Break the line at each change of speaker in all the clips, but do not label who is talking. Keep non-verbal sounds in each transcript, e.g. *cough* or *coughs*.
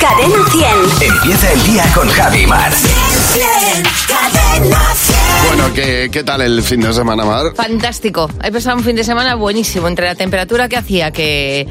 Cadena 100.
Empieza el día con Javi Mar.
Cadena 100.
Bueno, ¿qué, qué tal el fin de semana, Mar?
Fantástico. He pasado un fin de semana buenísimo. Entre la temperatura que hacía, que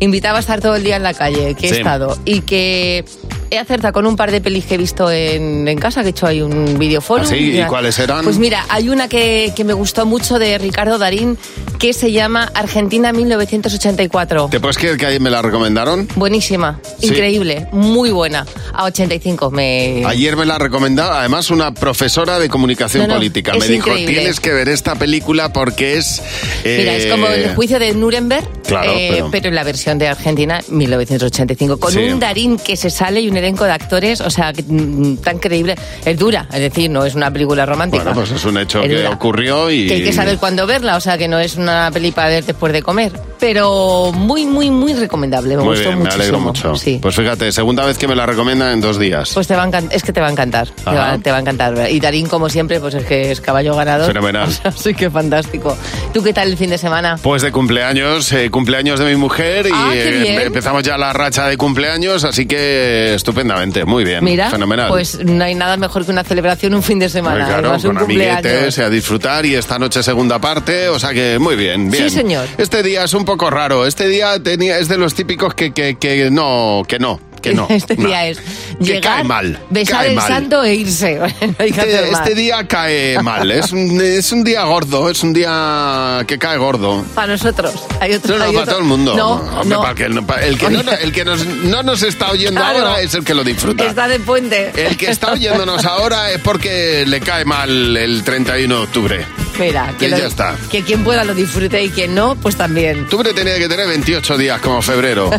invitaba a estar todo el día en la calle, que he
Sí.
estado, y que he acertado con un par de pelis que he visto en, en casa, que he hecho ahí un videoforum.
¿Ah, sí? ¿Y
Mira.
cuáles eran?
Pues mira, hay una que, que me gustó mucho de Ricardo Darín, que se llama Argentina 1984.
¿Te puedes creer que ayer me la recomendaron?
Buenísima,
Sí.
increíble, muy buena. A 85 me...
Eh, Ayer me la recomendaron, además, una profesora de comunicación
No, no,
política.
es
Me dijo,
increíble.
tienes que ver esta película porque es...
Mira, es
eh,
como el juicio de Nuremberg, eh,
Claro, pero-
en la versión de Argentina, 1985, con
Sí.
un Darín que se sale y un elenco de actores, o sea, que, mm, tan creíble. Es dura, es decir, no es una película romántica.
Bueno, pues es un hecho
Es
que
dura.
ocurrió y...
Que hay que saber cuándo verla, o sea, que no es una peli para ver después de comer. Pero muy, muy, muy recomendable, me
Muy
gustó
bien, me
muchísimo.
alegro mucho.
Sí. Pues,
Pues fíjate, segunda vez que me la recomiendan en dos días.
te va a encan- es que te va a encantar, te
Ajá.
va, te va a encantar. Y Darín, como siempre, pues es que es caballo ganador.
Fenomenal.
*laughs* Así que fantástico. ¿Tú qué tal el fin de semana?
Pues de cumpleaños, eh, cumpleaños de mi mujer y
Ah, qué
eh,
bien.
empezamos ya la racha de cumpleaños, así que estupendamente, muy bien,
Mira,
fenomenal.
pues no hay nada mejor que una celebración un fin de
Hombre,
semana.
claro,
además un
con amiguetes,
cumpleaños.
a disfrutar y esta noche segunda parte, o sea que muy bien,
Sí,
bien.
señor.
Este día es un poco raro, este día tenía, es de los típicos que, que, que no, que no, que no.
*laughs* Este
no.
día es
Que
llegar,
cae mal,
besar
cae
el
mal.
santo e irse. *laughs* No hay
Este,
que hacer más.
este día cae mal, es un, es un día gordo, es un día que cae gordo.
Para nosotros. Hay otro,
No, no,
hay
para
otro-
todo el mundo.
No,
Hombre,
no.
para el que, no- para el que, no, el que nos, no nos está oyendo
Claro.
ahora es el que lo disfruta.
Está de puente.
El que está oyéndonos
*laughs*
ahora es porque le cae mal el 31 de octubre.
Mira, que,
Y
lo-
ya está.
que quien pueda lo disfrute y quien no, pues también.
Octubre tenía que tener 28 días como
*laughs*
febrero.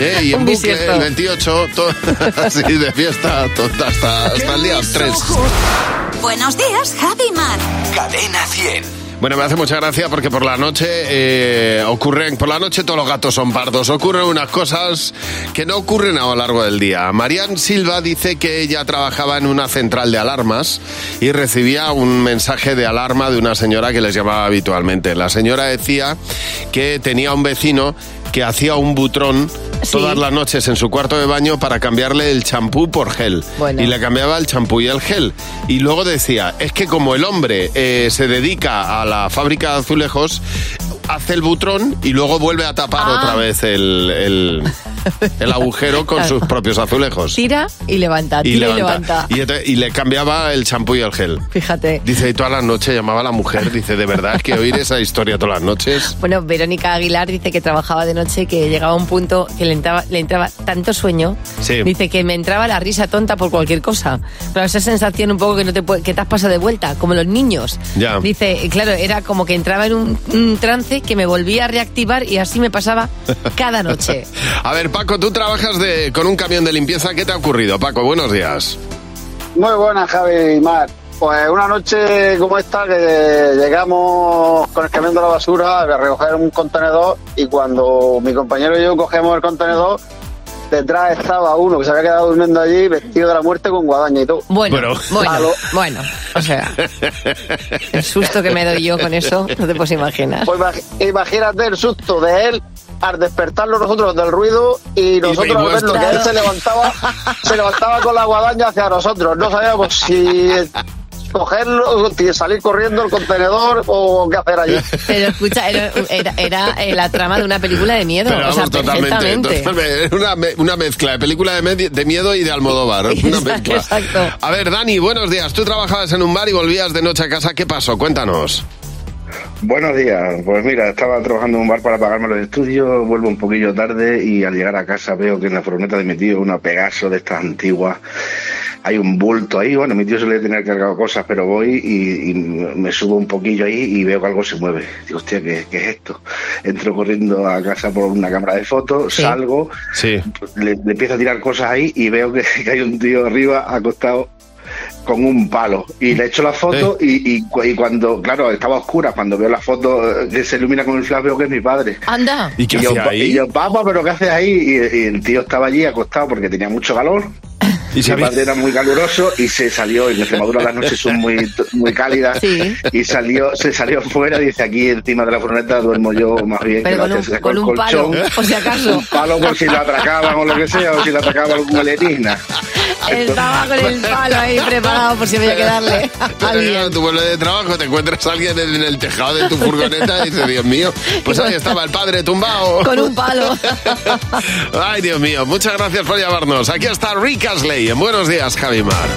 Eh, Y en
Un
bucle,
bisiesto.
el 28, todo, *laughs* así de fiesta, to- hasta, hasta el día 3.
Buenos días, Javi Mar.
Cadena 100.
Bueno, me hace mucha gracia porque por la noche eh, ocurren, por la noche todos los gatos son pardos, ocurren unas cosas que no ocurren a lo largo del día. Marian Silva dice que ella trabajaba en una central de alarmas y recibía un mensaje de alarma de una señora que les llamaba habitualmente. La señora decía que tenía un vecino que hacía un butrón
Sí.
todas las noches en su cuarto de baño para cambiarle el champú por gel.
Bueno.
Y la cambiaba el champú y el gel. Y luego decía, es que como el hombre eh, se dedica a la fábrica de azulejos, hace el butrón y luego vuelve a tapar
Ah.
otra vez el,
*laughs*
el- el agujero con
Claro.
sus propios azulejos.
Tira y levanta,
y,
tira y
levanta.
levanta.
Y ente- y le cambiaba el champú y el gel.
Fíjate.
Dice, y todas las noches llamaba a la mujer, dice, de verdad que oír esa historia todas las noches.
Bueno, Verónica Aguilar dice que trabajaba de noche, que llegaba a un punto que le entraba, le entraba tanto sueño.
Sí.
Dice que me entraba la risa tonta por cualquier cosa. Claro, esa sensación un poco que no te puede- que te has pasado de vuelta, como los niños.
Ya.
Dice, claro, era como que entraba en un, un trance que me volvía a reactivar y así
*laughs*
me pasaba cada noche.
A ver, Paco, tú trabajas de- con un camión de limpieza. ¿Qué te ha ocurrido, Paco? Buenos días.
Muy buenas, Javi y Mar. Pues una noche como esta que llegamos con el camión de la basura a recoger un contenedor y cuando mi compañero y yo cogemos el contenedor, detrás estaba uno que se había quedado durmiendo allí vestido de la muerte con guadaña y todo.
Bueno,
Bueno.
bueno,
*laughs* Malo.
bueno, o sea, el susto que me doy yo con eso, no te puedes imaginar.
Pues imag- imagínate el susto de él al despertarlo nosotros del ruido y nosotros al verlo que él se levantaba, se levantaba con la guadaña hacia nosotros. No sabíamos si cogerlo, si salir corriendo el contenedor o qué hacer allí.
Pero escucha, era, era- era, eh, la trama de una película de miedo.
Pero
o sea,
vamos, totalmente.
perfectamente.
totalmente. *laughs* Una, me- una mezcla de película de, medi- de miedo y de
*laughs*
Almodóvar. Una mezcla.
exacto.
A ver, Dani, buenos días. Tú trabajabas en un bar y volvías de noche a casa. ¿Qué pasó? Cuéntanos.
*laughs* Buenos días, pues mira, estaba trabajando en un bar para pagarme los estudios, vuelvo un poquillo tarde y al llegar a casa veo que en la furgoneta de mi tío, una Pegaso de estas antiguas, hay un bulto ahí, bueno, mi tío suele tener cargado cosas, pero voy y, y me subo un poquillo ahí y veo que algo se mueve. Digo, hostia, ¿qué, qué es esto? Entro corriendo a casa por una cámara de fotos,
Sí.
salgo,
Sí.
le, le empiezo a tirar cosas ahí y veo que, *laughs* que hay un tío arriba acostado con un palo y le echo la foto y, y cu- y cuando claro estaba oscura cuando veo la foto eh, que se ilumina con el flash veo que es mi padre
Anda.
¿Y qué
y yo,
hacía
y
ahí? *coughs*
yo, papá pero qué haces ahí y, y el tío estaba allí acostado porque tenía mucho calor Y
sabía-
era muy caluroso y se salió. En Extremadura las noches son muy, muy cálidas.
Sí.
Y salió, se salió fuera. Dice aquí encima de la furgoneta duermo yo más bien que
Pero con
la
un,
que se sacó
con
el
un palo,
colchón.
por si acaso.
Un palo por si la atracaban o lo que sea, o si la atracaba algún alienígena.
Estaba con el palo ahí preparado por si había que darle a
Pero claro,
alguien.
tú vuelves de trabajo, te encuentras a alguien en el tejado de tu furgoneta y dices, Dios mío, pues ahí estaba el padre tumbado.
*laughs* Con un palo.
*laughs* Ay, Dios mío, muchas gracias por llamarnos. Aquí está Rick Asley. En Buenos días, Javimar.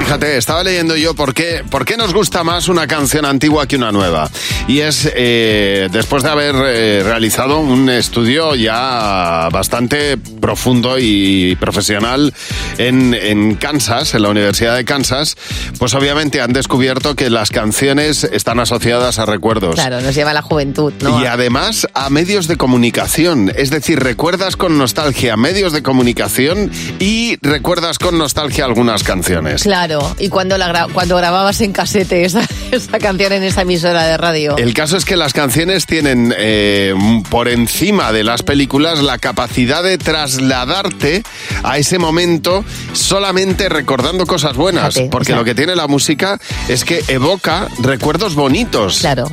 Fíjate, estaba leyendo yo por qué, por qué nos gusta más una canción antigua que una nueva. Y es eh, después de haber eh, realizado un estudio ya bastante profundo y profesional en, en Kansas, en la Universidad de Kansas, pues obviamente han descubierto que las canciones están asociadas a recuerdos.
Claro, nos lleva a la juventud, ¿no?
Y además a medios de comunicación, es decir, recuerdas con nostalgia medios de comunicación y recuerdas con nostalgia algunas canciones.
Claro, y cuando, la gra- cuando grababas en casete esa, *laughs* esa canción en esa emisora de radio.
El caso es que las canciones tienen eh, por encima de las películas la capacidad de trasladarte a ese momento solamente recordando cosas buenas,
Fíjate,
porque
o sea-
lo que tiene la música es que evoca recuerdos bonitos.
Claro.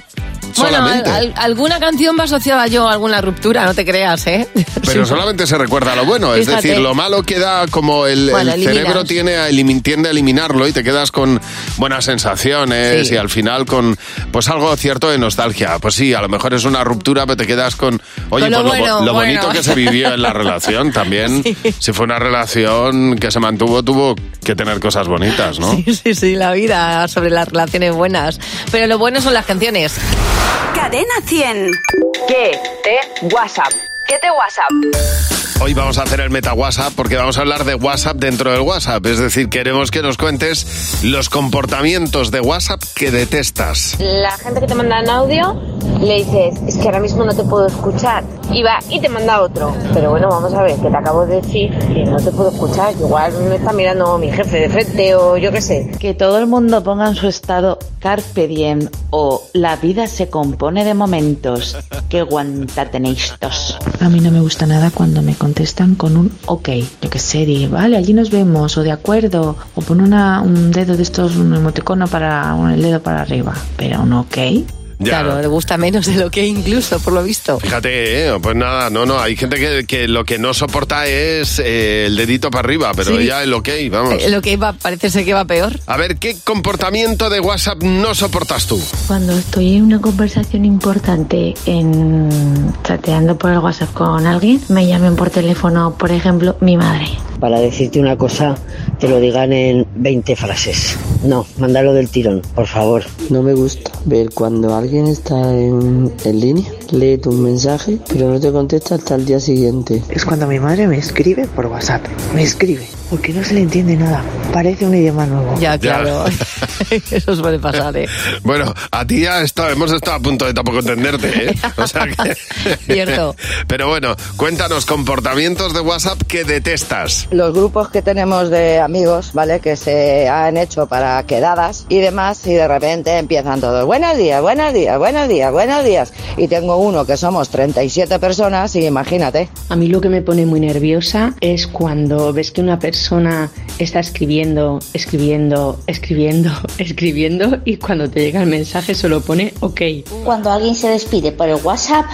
Solamente.
Bueno, al- al- alguna canción va asociada yo a alguna ruptura, no te creas, ¿eh? *laughs*
Pero
Sí.
solamente se recuerda lo bueno, es
Fíjate.
decir, lo malo queda como el,
Bueno,
el
eliminas.
cerebro tiene a elimin- tiende a eliminarlo y te quedas con buenas sensaciones
Sí.
y al final con pues algo cierto de nostalgia. Pues sí, a lo mejor es una ruptura, pero te quedas con, oye,
Con lo
pues bo-
bueno, bueno.
bonito que se vivió
*laughs*
en la relación también. Si fue una relación que se mantuvo, tuvo que tener cosas bonitas, ¿no?
Sí, sí, sí, la vida sobre las relaciones buenas. Pero lo bueno son las canciones.
Cadena 100.
¿Qué te WhatsApp? ¿Qué te WhatsApp?
Hoy vamos a hacer el meta WhatsApp porque vamos a hablar de WhatsApp dentro del WhatsApp. Es decir, queremos que nos cuentes los comportamientos de WhatsApp que detestas.
la gente que te manda un audio le dices, es que ahora mismo no te puedo escuchar. Y va y te manda otro. Pero bueno, vamos a ver, que te acabo de decir que no te puedo escuchar. que Igual me está mirando mi jefe de frente o yo qué sé.
Que todo el mundo ponga en su estado carpe diem o la vida se compone de momentos. Qué guanta tenéis dos.
A mí no me gusta nada cuando me contestan con un ok. Yo qué sé, di, vale, allí nos vemos, o de acuerdo, o pon una, un dedo de estos, un emoticono para, un, el dedo para arriba. Pero un ok.
Ya.
Claro, le gusta menos de lo que incluso, por lo visto.
Fíjate, eh, pues nada, no, no, hay gente que, que lo que no soporta es eh, el dedito para arriba, pero
Sí.
ya el ok, vamos.
Eh, Lo que iba, parece ser que va peor.
A ver, ¿qué comportamiento de WhatsApp no soportas tú?
Cuando estoy en una conversación importante, en chateando por el WhatsApp con alguien, me llamen por teléfono, por ejemplo, mi madre.
Para decirte una cosa, te lo digan en 20 frases. No, mándalo del tirón, por favor.
No me gusta ver cuando alguien está en, en línea, lee tu mensaje, pero no te contesta hasta el día siguiente.
Es cuando mi madre me escribe por WhatsApp. Me escribe. Porque no se le entiende nada. Parece un idioma nuevo.
Ya, Ah, claro. *laughs* Eso suele pasar, ¿eh?
*laughs* Bueno, a ti ya está- hemos estado a punto de tampoco entenderte, ¿eh? O sea que...
*laughs* Cierto.
*laughs* Pero bueno, cuéntanos comportamientos de WhatsApp que detestas.
Los grupos que tenemos de amigos, ¿vale? Que se han hecho para quedadas y demás, y de repente empiezan todos, buenos días, buenos días, buenos días, buenos días. Y tengo uno que somos 37 personas y imagínate.
A mí lo que me pone muy nerviosa es cuando ves que una persona está escribiendo, escribiendo, escribiendo, *laughs* escribiendo y cuando te llega el mensaje solo pone ok.
Cuando alguien se despide por el WhatsApp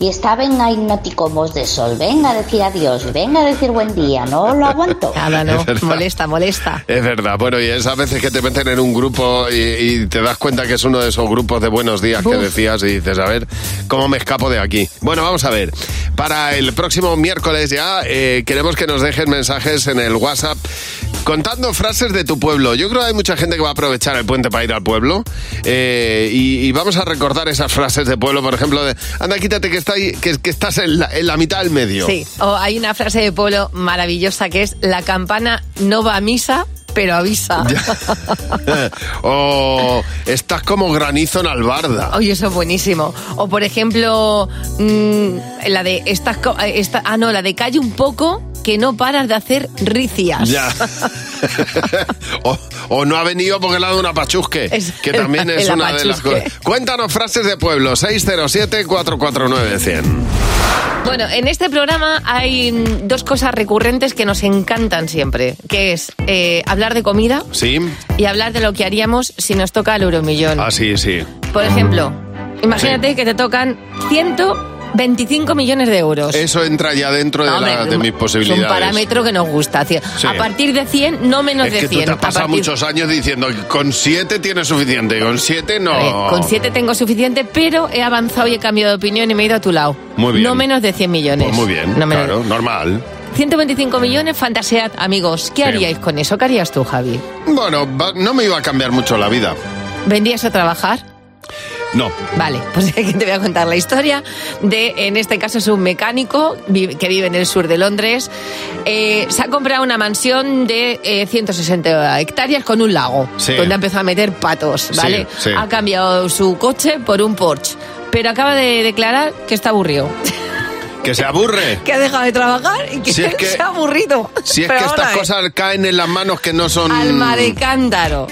y está, venga, hipnoticomos de sol, venga a decir adiós, venga a decir buen día, no
*laughs*
lo aguanto.
Nada, no.
Es verdad.
Molesta, molesta.
Es verdad, bueno, y es a veces que te meten en un grupo y, y te das cuenta que es uno de esos grupos de buenos días que
Uf.
decías y dices, a ver, ¿cómo me escapo de aquí? Bueno, vamos a ver, para el próximo miércoles ya eh, queremos que nos dejen mensajes en el WhatsApp contando frases de tu pueblo. Yo creo que hay mucha gente que va a aprovechar el puente para ir al pueblo eh, y, y vamos a recordar esas frases de pueblo, por ejemplo, de, anda, quítate que, está ahí- que, que estás en la, en la mitad del medio. *laughs*
Sí. O hay una frase de Polo maravillosa que es: la campana no va a misa, pero avisa.
Eh, o estás como granizo en Albarda.
Oye, eso es buenísimo. O por ejemplo, mm, la de estas co- eh, esta, ah no, la de calle un poco, que no paras de hacer ricias.
Ya. *laughs* o, o no ha venido porque le ha dado una pachusque,
Es
que también
el
es una de las
apachusque.
cosas. Cuéntanos frases de pueblo, 607-449-100.
Bueno, en este programa hay mm, dos cosas recurrentes que nos encantan siempre, que es eh, hablar de comida
¿Sí?
y hablar de lo que haríamos si nos toca el euromillón.
Ah, sí, sí.
Por ejemplo, imagínate que te tocan 125 millones de euros.
Eso entra ya dentro de,
No,
la-
hombre,
de mis
Es un
posibilidades.
parámetro que nos gusta. cien-
Sí.
A partir de 100, no menos
es
de
que
100.
tú te
A
has pasado
partir-
muchos años diciendo que con 7 tienes suficiente, con 7 no.
Eh, Con 7 tengo suficiente, pero he avanzado y he cambiado de opinión y me he ido a tu lado.
Muy bien.
No menos de 100 millones.
Pues muy bien,
No menos-
claro, normal.
125 millones, fantasead, amigos. ¿Qué
Sí.
haríais con eso? ¿Qué harías tú, Javi?
Bueno, va- no me iba a cambiar mucho la vida.
¿Vendrías a trabajar?
No.
Vale, *laughs* pues es que te voy a contar la historia de, en este caso es un mecánico vi- que vive en el sur de Londres. Eh, se ha comprado una mansión de eh, 160 hectáreas con un lago,
Sí.
donde ha empezado a meter patos,
Sí,
¿vale?
sí.
Ha cambiado su coche por un Porsche, pero acaba de declarar que está aburrido, *laughs*
Que se aburre.
que ha dejado de trabajar y que,
Si
*laughs*
es que-
se ha aburrido.
Si es
Pero ¿eh?
que
vamos a
estas
ver.
cosas caen en las manos que no son.
Alma de cántaro.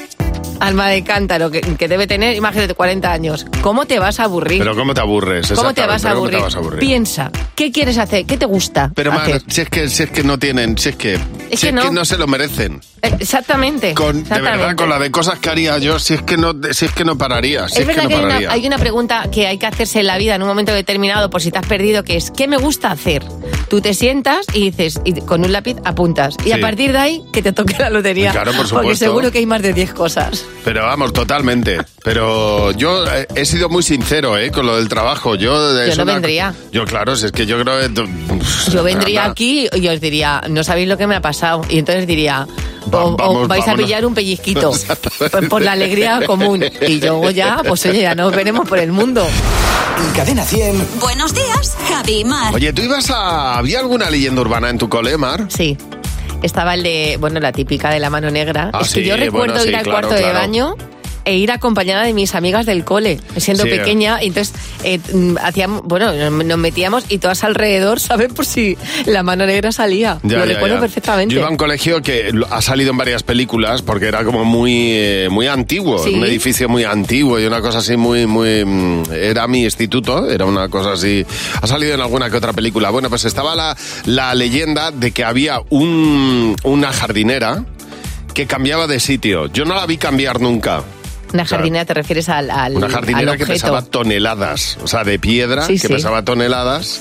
Alma de cántaro, que, que debe tener, imagínate, 40 años. ¿Cómo te vas a aburrir?
Pero ¿cómo te aburres?
¿Cómo te,
Exactamente,
vas a
pero ¿cómo te
aburrir?
vas a aburrir?
Piensa, ¿qué quieres hacer? ¿Qué te gusta?
Pero más,
hacer?
si es que si es que no tienen, si es que
Ah, Es
si
que no.
se lo merecen.
Eh, Exactamente.
Con, de
exactamente.
verdad, con la de cosas que haría yo, si es que no, si es que no pararía, si es,
es
que
verdad
no
que hay
pararía.
una, hay una pregunta que hay que hacerse en la vida en un momento determinado por si te has perdido, que es ¿qué me gusta hacer? Tú te sientas y dices, y con un lápiz apuntas. Y a
Sí.
partir de ahí, que te toque la lotería.
Claro, por
Porque
supuesto.
seguro que hay más de 10 cosas.
Pero vamos, totalmente. Pero yo eh, he sido muy sincero, ¿eh? Con lo del trabajo. Yo, de
Yo
es
no
una-
vendría.
Yo, claro, si es que yo creo que.
Yo vendría aquí y os diría, no sabéis lo que me ha pasado. Y entonces diría, o- o
vamos,
vais a
vámonos.
pillar un
*laughs*
pellizquito por, por la alegría común. Y luego ya, pues oye, ya nos veremos por el mundo.
Cadena 100.
Buenos días, Javi y Mar.
Oye, ¿tú ibas a. ¿Había alguna leyenda urbana en tu cole, Mar?
Sí. Estaba el de, bueno, la típica de la mano negra.
Ah,
es que
sí,
yo recuerdo
bueno, sí,
ir al
claro,
cuarto de
claro.
baño e ir acompañada de mis amigas del cole, siendo
Sí.
pequeña, y entonces eh, mm, hacíamos, bueno, nos nos metíamos y todas alrededor, *laughs* ¿sabes? Por si la mano negra salía.
Ya,
Lo
ya,
recuerdo
ya.
perfectamente.
Yo iba a un colegio que lo- ha salido en varias películas porque era como muy, eh, muy antiguo,
Sí.
un edificio muy antiguo y una cosa así muy, muy... mm, Era mi instituto, era una cosa así... Ha salido en alguna que otra película. Bueno, pues estaba la, la leyenda de que había un, una jardinera que cambiaba de sitio. Yo no la vi cambiar nunca.
Una
O sea,
jardinera, te refieres al, al-
una jardinera
al
que
objeto.
pesaba toneladas, o sea, de piedra,
Sí,
que
sí.
pesaba toneladas,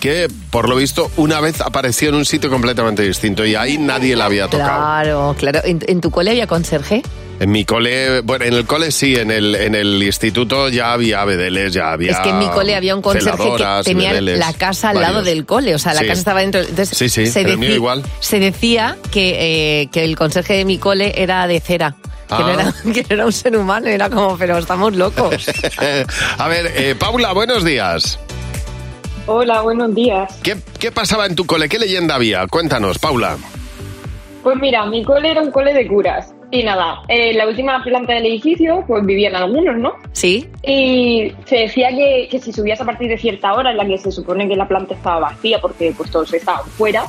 que por lo visto una vez apareció en un sitio completamente distinto y ahí nadie la había tocado.
Claro, claro. ¿En, en tu cole había conserje?
En mi cole, bueno, en el cole sí, en el, en el instituto ya había bedeles, ya había.
Es que en mi cole había un conserje que
celadoras y
tenía
bedeles,
la casa al lado
varios.
del cole, o sea, la
Sí.
casa estaba dentro. Entonces,
Sí, sí, en el mío igual.
se decía que, eh, que el conserje de mi cole era de cera, que, no
Ah.
era, *laughs* que no era un ser humano, era como, pero estamos locos.
*laughs* A ver, eh, Paula, buenos días.
Hola, buenos días.
¿Qué, ¿Qué pasaba en tu cole? ¿Qué leyenda había? Cuéntanos, Paula.
Pues mira, mi cole era un cole de curas. Y nada, en la última planta del edificio, pues vivían algunos, ¿no?
Sí.
Y se decía que, que si subías a partir de cierta hora, en la que se supone que la planta estaba vacía porque pues todos estaban fuera,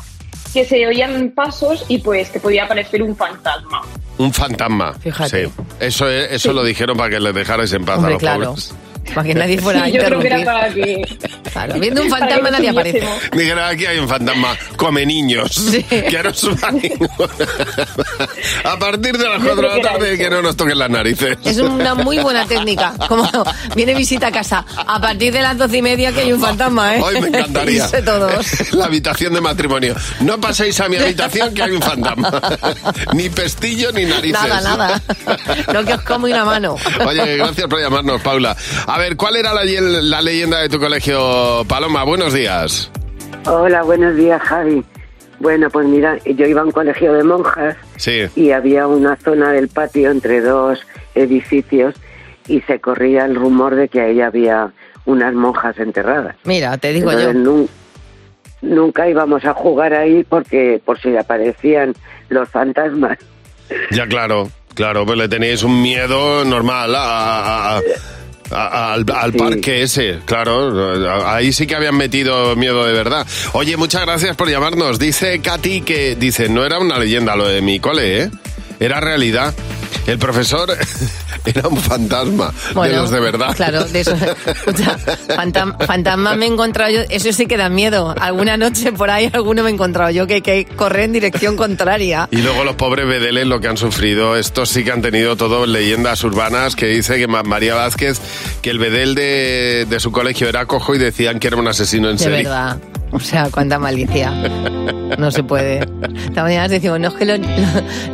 que se oían pasos y pues te podía aparecer un fantasma.
Un fantasma. Fíjate. Eso, es- eso lo dijeron para que les dejarais en paz a
Hombre,
los
claro.
Ah, pobres.
Para que nadie fuera a
Sí, *laughs* yo creo que era
interrumpir.
para que...
Claro, viendo
*laughs*
un
para que
fantasma
no
nadie aparece.
subiésemos.
Dijeron, aquí hay un fantasma, come niños. Que no suba ninguno. A partir de las
Yo
4 de la
creo que era
tarde,
eso.
que no nos toquen las narices.
Es una muy buena técnica. Como viene visita a casa. A partir de las doce y media que hay un fantasma, ¿eh?
Hoy me encantaría.
Irse
*laughs*
todos.
La habitación de matrimonio. No paséis a mi habitación que hay un fantasma.
*laughs*
Ni pestillo ni narices.
*laughs* Nada, nada. Lo que os como y una mano.
Oye, gracias por llamarnos, Paula. A ver, ¿cuál era la, la leyenda de tu colegio, Paloma? Buenos días.
Hola, buenos días, Javi. Bueno, pues mira, yo iba a un colegio de monjas
Sí.
y había una zona del patio entre dos edificios y se corría el rumor de que ahí había unas monjas enterradas.
Mira, te digo yo.
Entonces, nun- nunca íbamos a jugar ahí porque por si aparecían los fantasmas.
Ya, claro, claro, pues le tenéis un miedo normal a. a- a- A- al, al parque ese, claro. a- Ahí sí que habían metido miedo de verdad. Oye, muchas gracias por llamarnos. Dice Katy que, dice, no era una leyenda lo de mi cole, ¿eh? Era realidad. El profesor *laughs* era un fantasma de los de verdad.
Claro, de eso. Escucha, fantam- fantasma me he encontrado yo. Eso sí que da miedo. Alguna noche por ahí alguno me he encontrado yo que hay que correr en dirección contraria.
Y luego los pobres bedeles lo que han sufrido. Estos sí que han tenido todo leyendas urbanas que dice que Ma- María Vázquez, que el bedel de, de su colegio era cojo y decían que era un asesino en
De
serie.
verdad. O sea, cuánta malicia. No se puede. Esta mañana decimos, no es que los,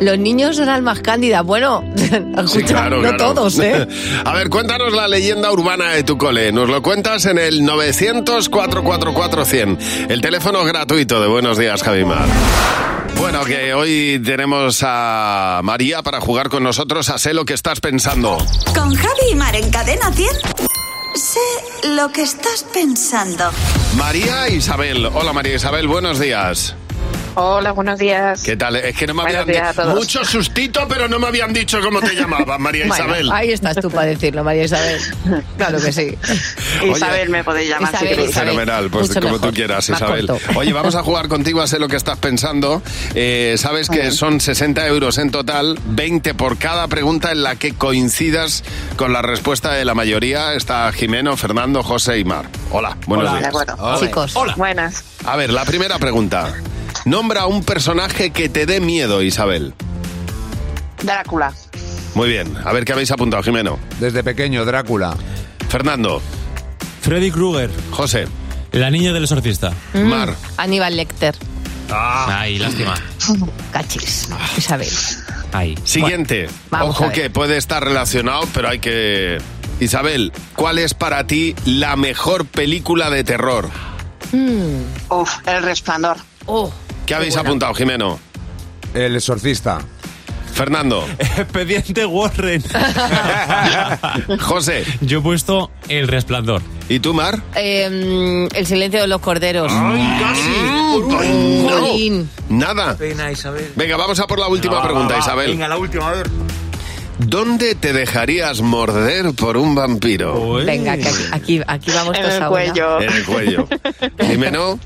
los niños eran más cándidas. Bueno, *laughs*
Sí,
escucha,
claro,
no
claro.
todos, ¿eh?
*laughs* A ver, cuéntanos la leyenda urbana de tu cole. Nos lo cuentas en el 900-444-100. El teléfono gratuito de Buenos Días, Javimar. Bueno, que hoy tenemos a María para jugar con nosotros a Sé lo que estás pensando.
Con Javi y Mar en Cadena 100. Sé lo que estás pensando.
María Isabel. Hola, María Isabel, buenos días.
Hola, buenos días.
¿Qué tal? Es que no me
Buenos
habían
días a
dicho.
todos.
Mucho sustito, pero no me habían dicho cómo te llamabas, María
Bueno,
Isabel.
ahí estás tú para decirlo, María Isabel. Claro que sí.
Isabel me podéis llamar si queréis.
Fenomenal, pues
mucho
como
mejor,
tú quieras,
más
Isabel.
corto.
Oye, vamos a jugar contigo a sé lo que estás pensando. Eh, sabes que son 60 euros en total, 20 por cada pregunta en la que coincidas con la respuesta de la mayoría. Está Jimeno, Fernando, José y Mar. Hola, buenos
Hola, de
días.
acuerdo.
Hola.
Hola. Buenas.
A ver, la primera pregunta. Nombra un personaje que te dé miedo, Isabel.
Drácula.
Muy bien, a ver qué habéis apuntado, Jimeno. Desde pequeño, Drácula. Fernando.
Freddy Krueger.
José. Mm.
La niña del exorcista.
Mar.
Aníbal Lecter.
Ay, lástima.
Cachis. Isabel.
Siguiente.
Vamos a
Ojo
ver.
que puede estar relacionado, pero hay que... Isabel, ¿cuál es para ti la mejor película de terror?
Hmm.
Uf, el resplandor.
Oh,
¿Qué habéis apuntado, Jimeno? El exorcista. Fernando.
Expediente Warren.
*laughs* José.
Yo he puesto El Resplandor.
¿Y tú, Mar?
Eh, el silencio de los corderos. Mm.
Ay, no.
Jolín.
Nada. Venga, vamos a por la última
Va, va,
pregunta,
va.
Isabel.
Venga,
la última, a ver. ¿Dónde te dejarías morder por un vampiro?
Venga, que aquí, aquí, aquí vamos
En
todos
el
ahora.
cuello.
En el cuello. Jimeno.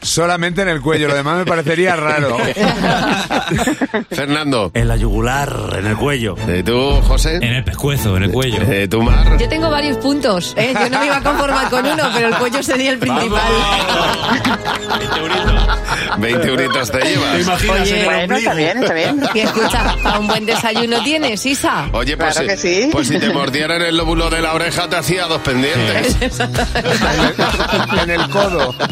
Solamente en el cuello, lo demás me parecería raro.
*laughs* Fernando.
En la yugular, en el cuello.
¿Y tú, José?
En el pescuezo, en el cuello.
¿Tú, Mar?
Yo tengo varios puntos. ¿eh? Yo no me iba a conformar con uno, pero el cuello sería el principal.
20 euritos te llevas.
¿Te imaginas en el ombligo?
Y escucha, ¿a un buen desayuno tienes, Isa?
Oye, pues, si- pues si te mordieran el lóbulo de la oreja te hacía dos pendientes.
en el
*laughs*
codo.
*laughs*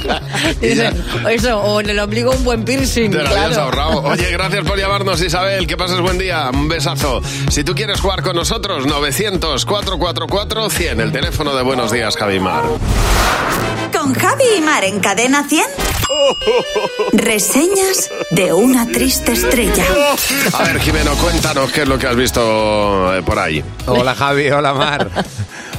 Dice, Eso, o en el ombligo un buen piercing.
Te lo
claro.
habías ahorrado. Oye, gracias por llamarnos, Isabel. Que pases buen día. Un besazo. Si tú quieres jugar con nosotros, 900-444-100. El teléfono de Buenos Días, Javimar.
Con Javi y Mar en Cadena 100. Reseñas de una triste estrella.
A ver, Jimeno, cuéntanos qué es lo que has visto eh, por ahí.
Hola Javi, hola Mar.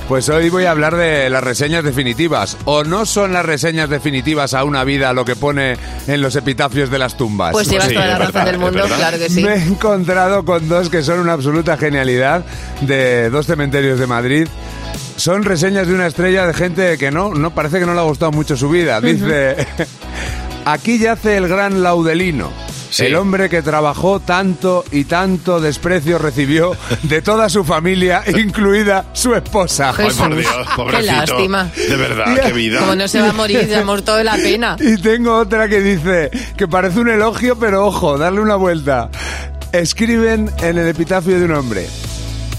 Pues hoy voy a hablar de las reseñas definitivas. ¿O no son las reseñas definitivas a una vida lo que pone en los epitafios de las tumbas?
Pues llevas toda la razón del mundo, claro que sí.
Me he encontrado con dos que son una absoluta genialidad de dos cementerios de Madrid. Son reseñas de una estrella de gente que no, no parece que no le ha gustado mucho su vida. Dice, *laughs* aquí yace el gran Laudelino. El hombre que trabajó tanto y tanto desprecio recibió de toda su familia, *laughs* incluida su esposa.
Ay, por Dios, Jesús, qué pobrecito. lástima.
De verdad,
Y-
qué vida.
Como no se va a morir, se ha muerto de la pena.
*laughs* y tengo otra que dice que parece un elogio, pero ojo, darle una vuelta. Escriben en el epitafio de un hombre.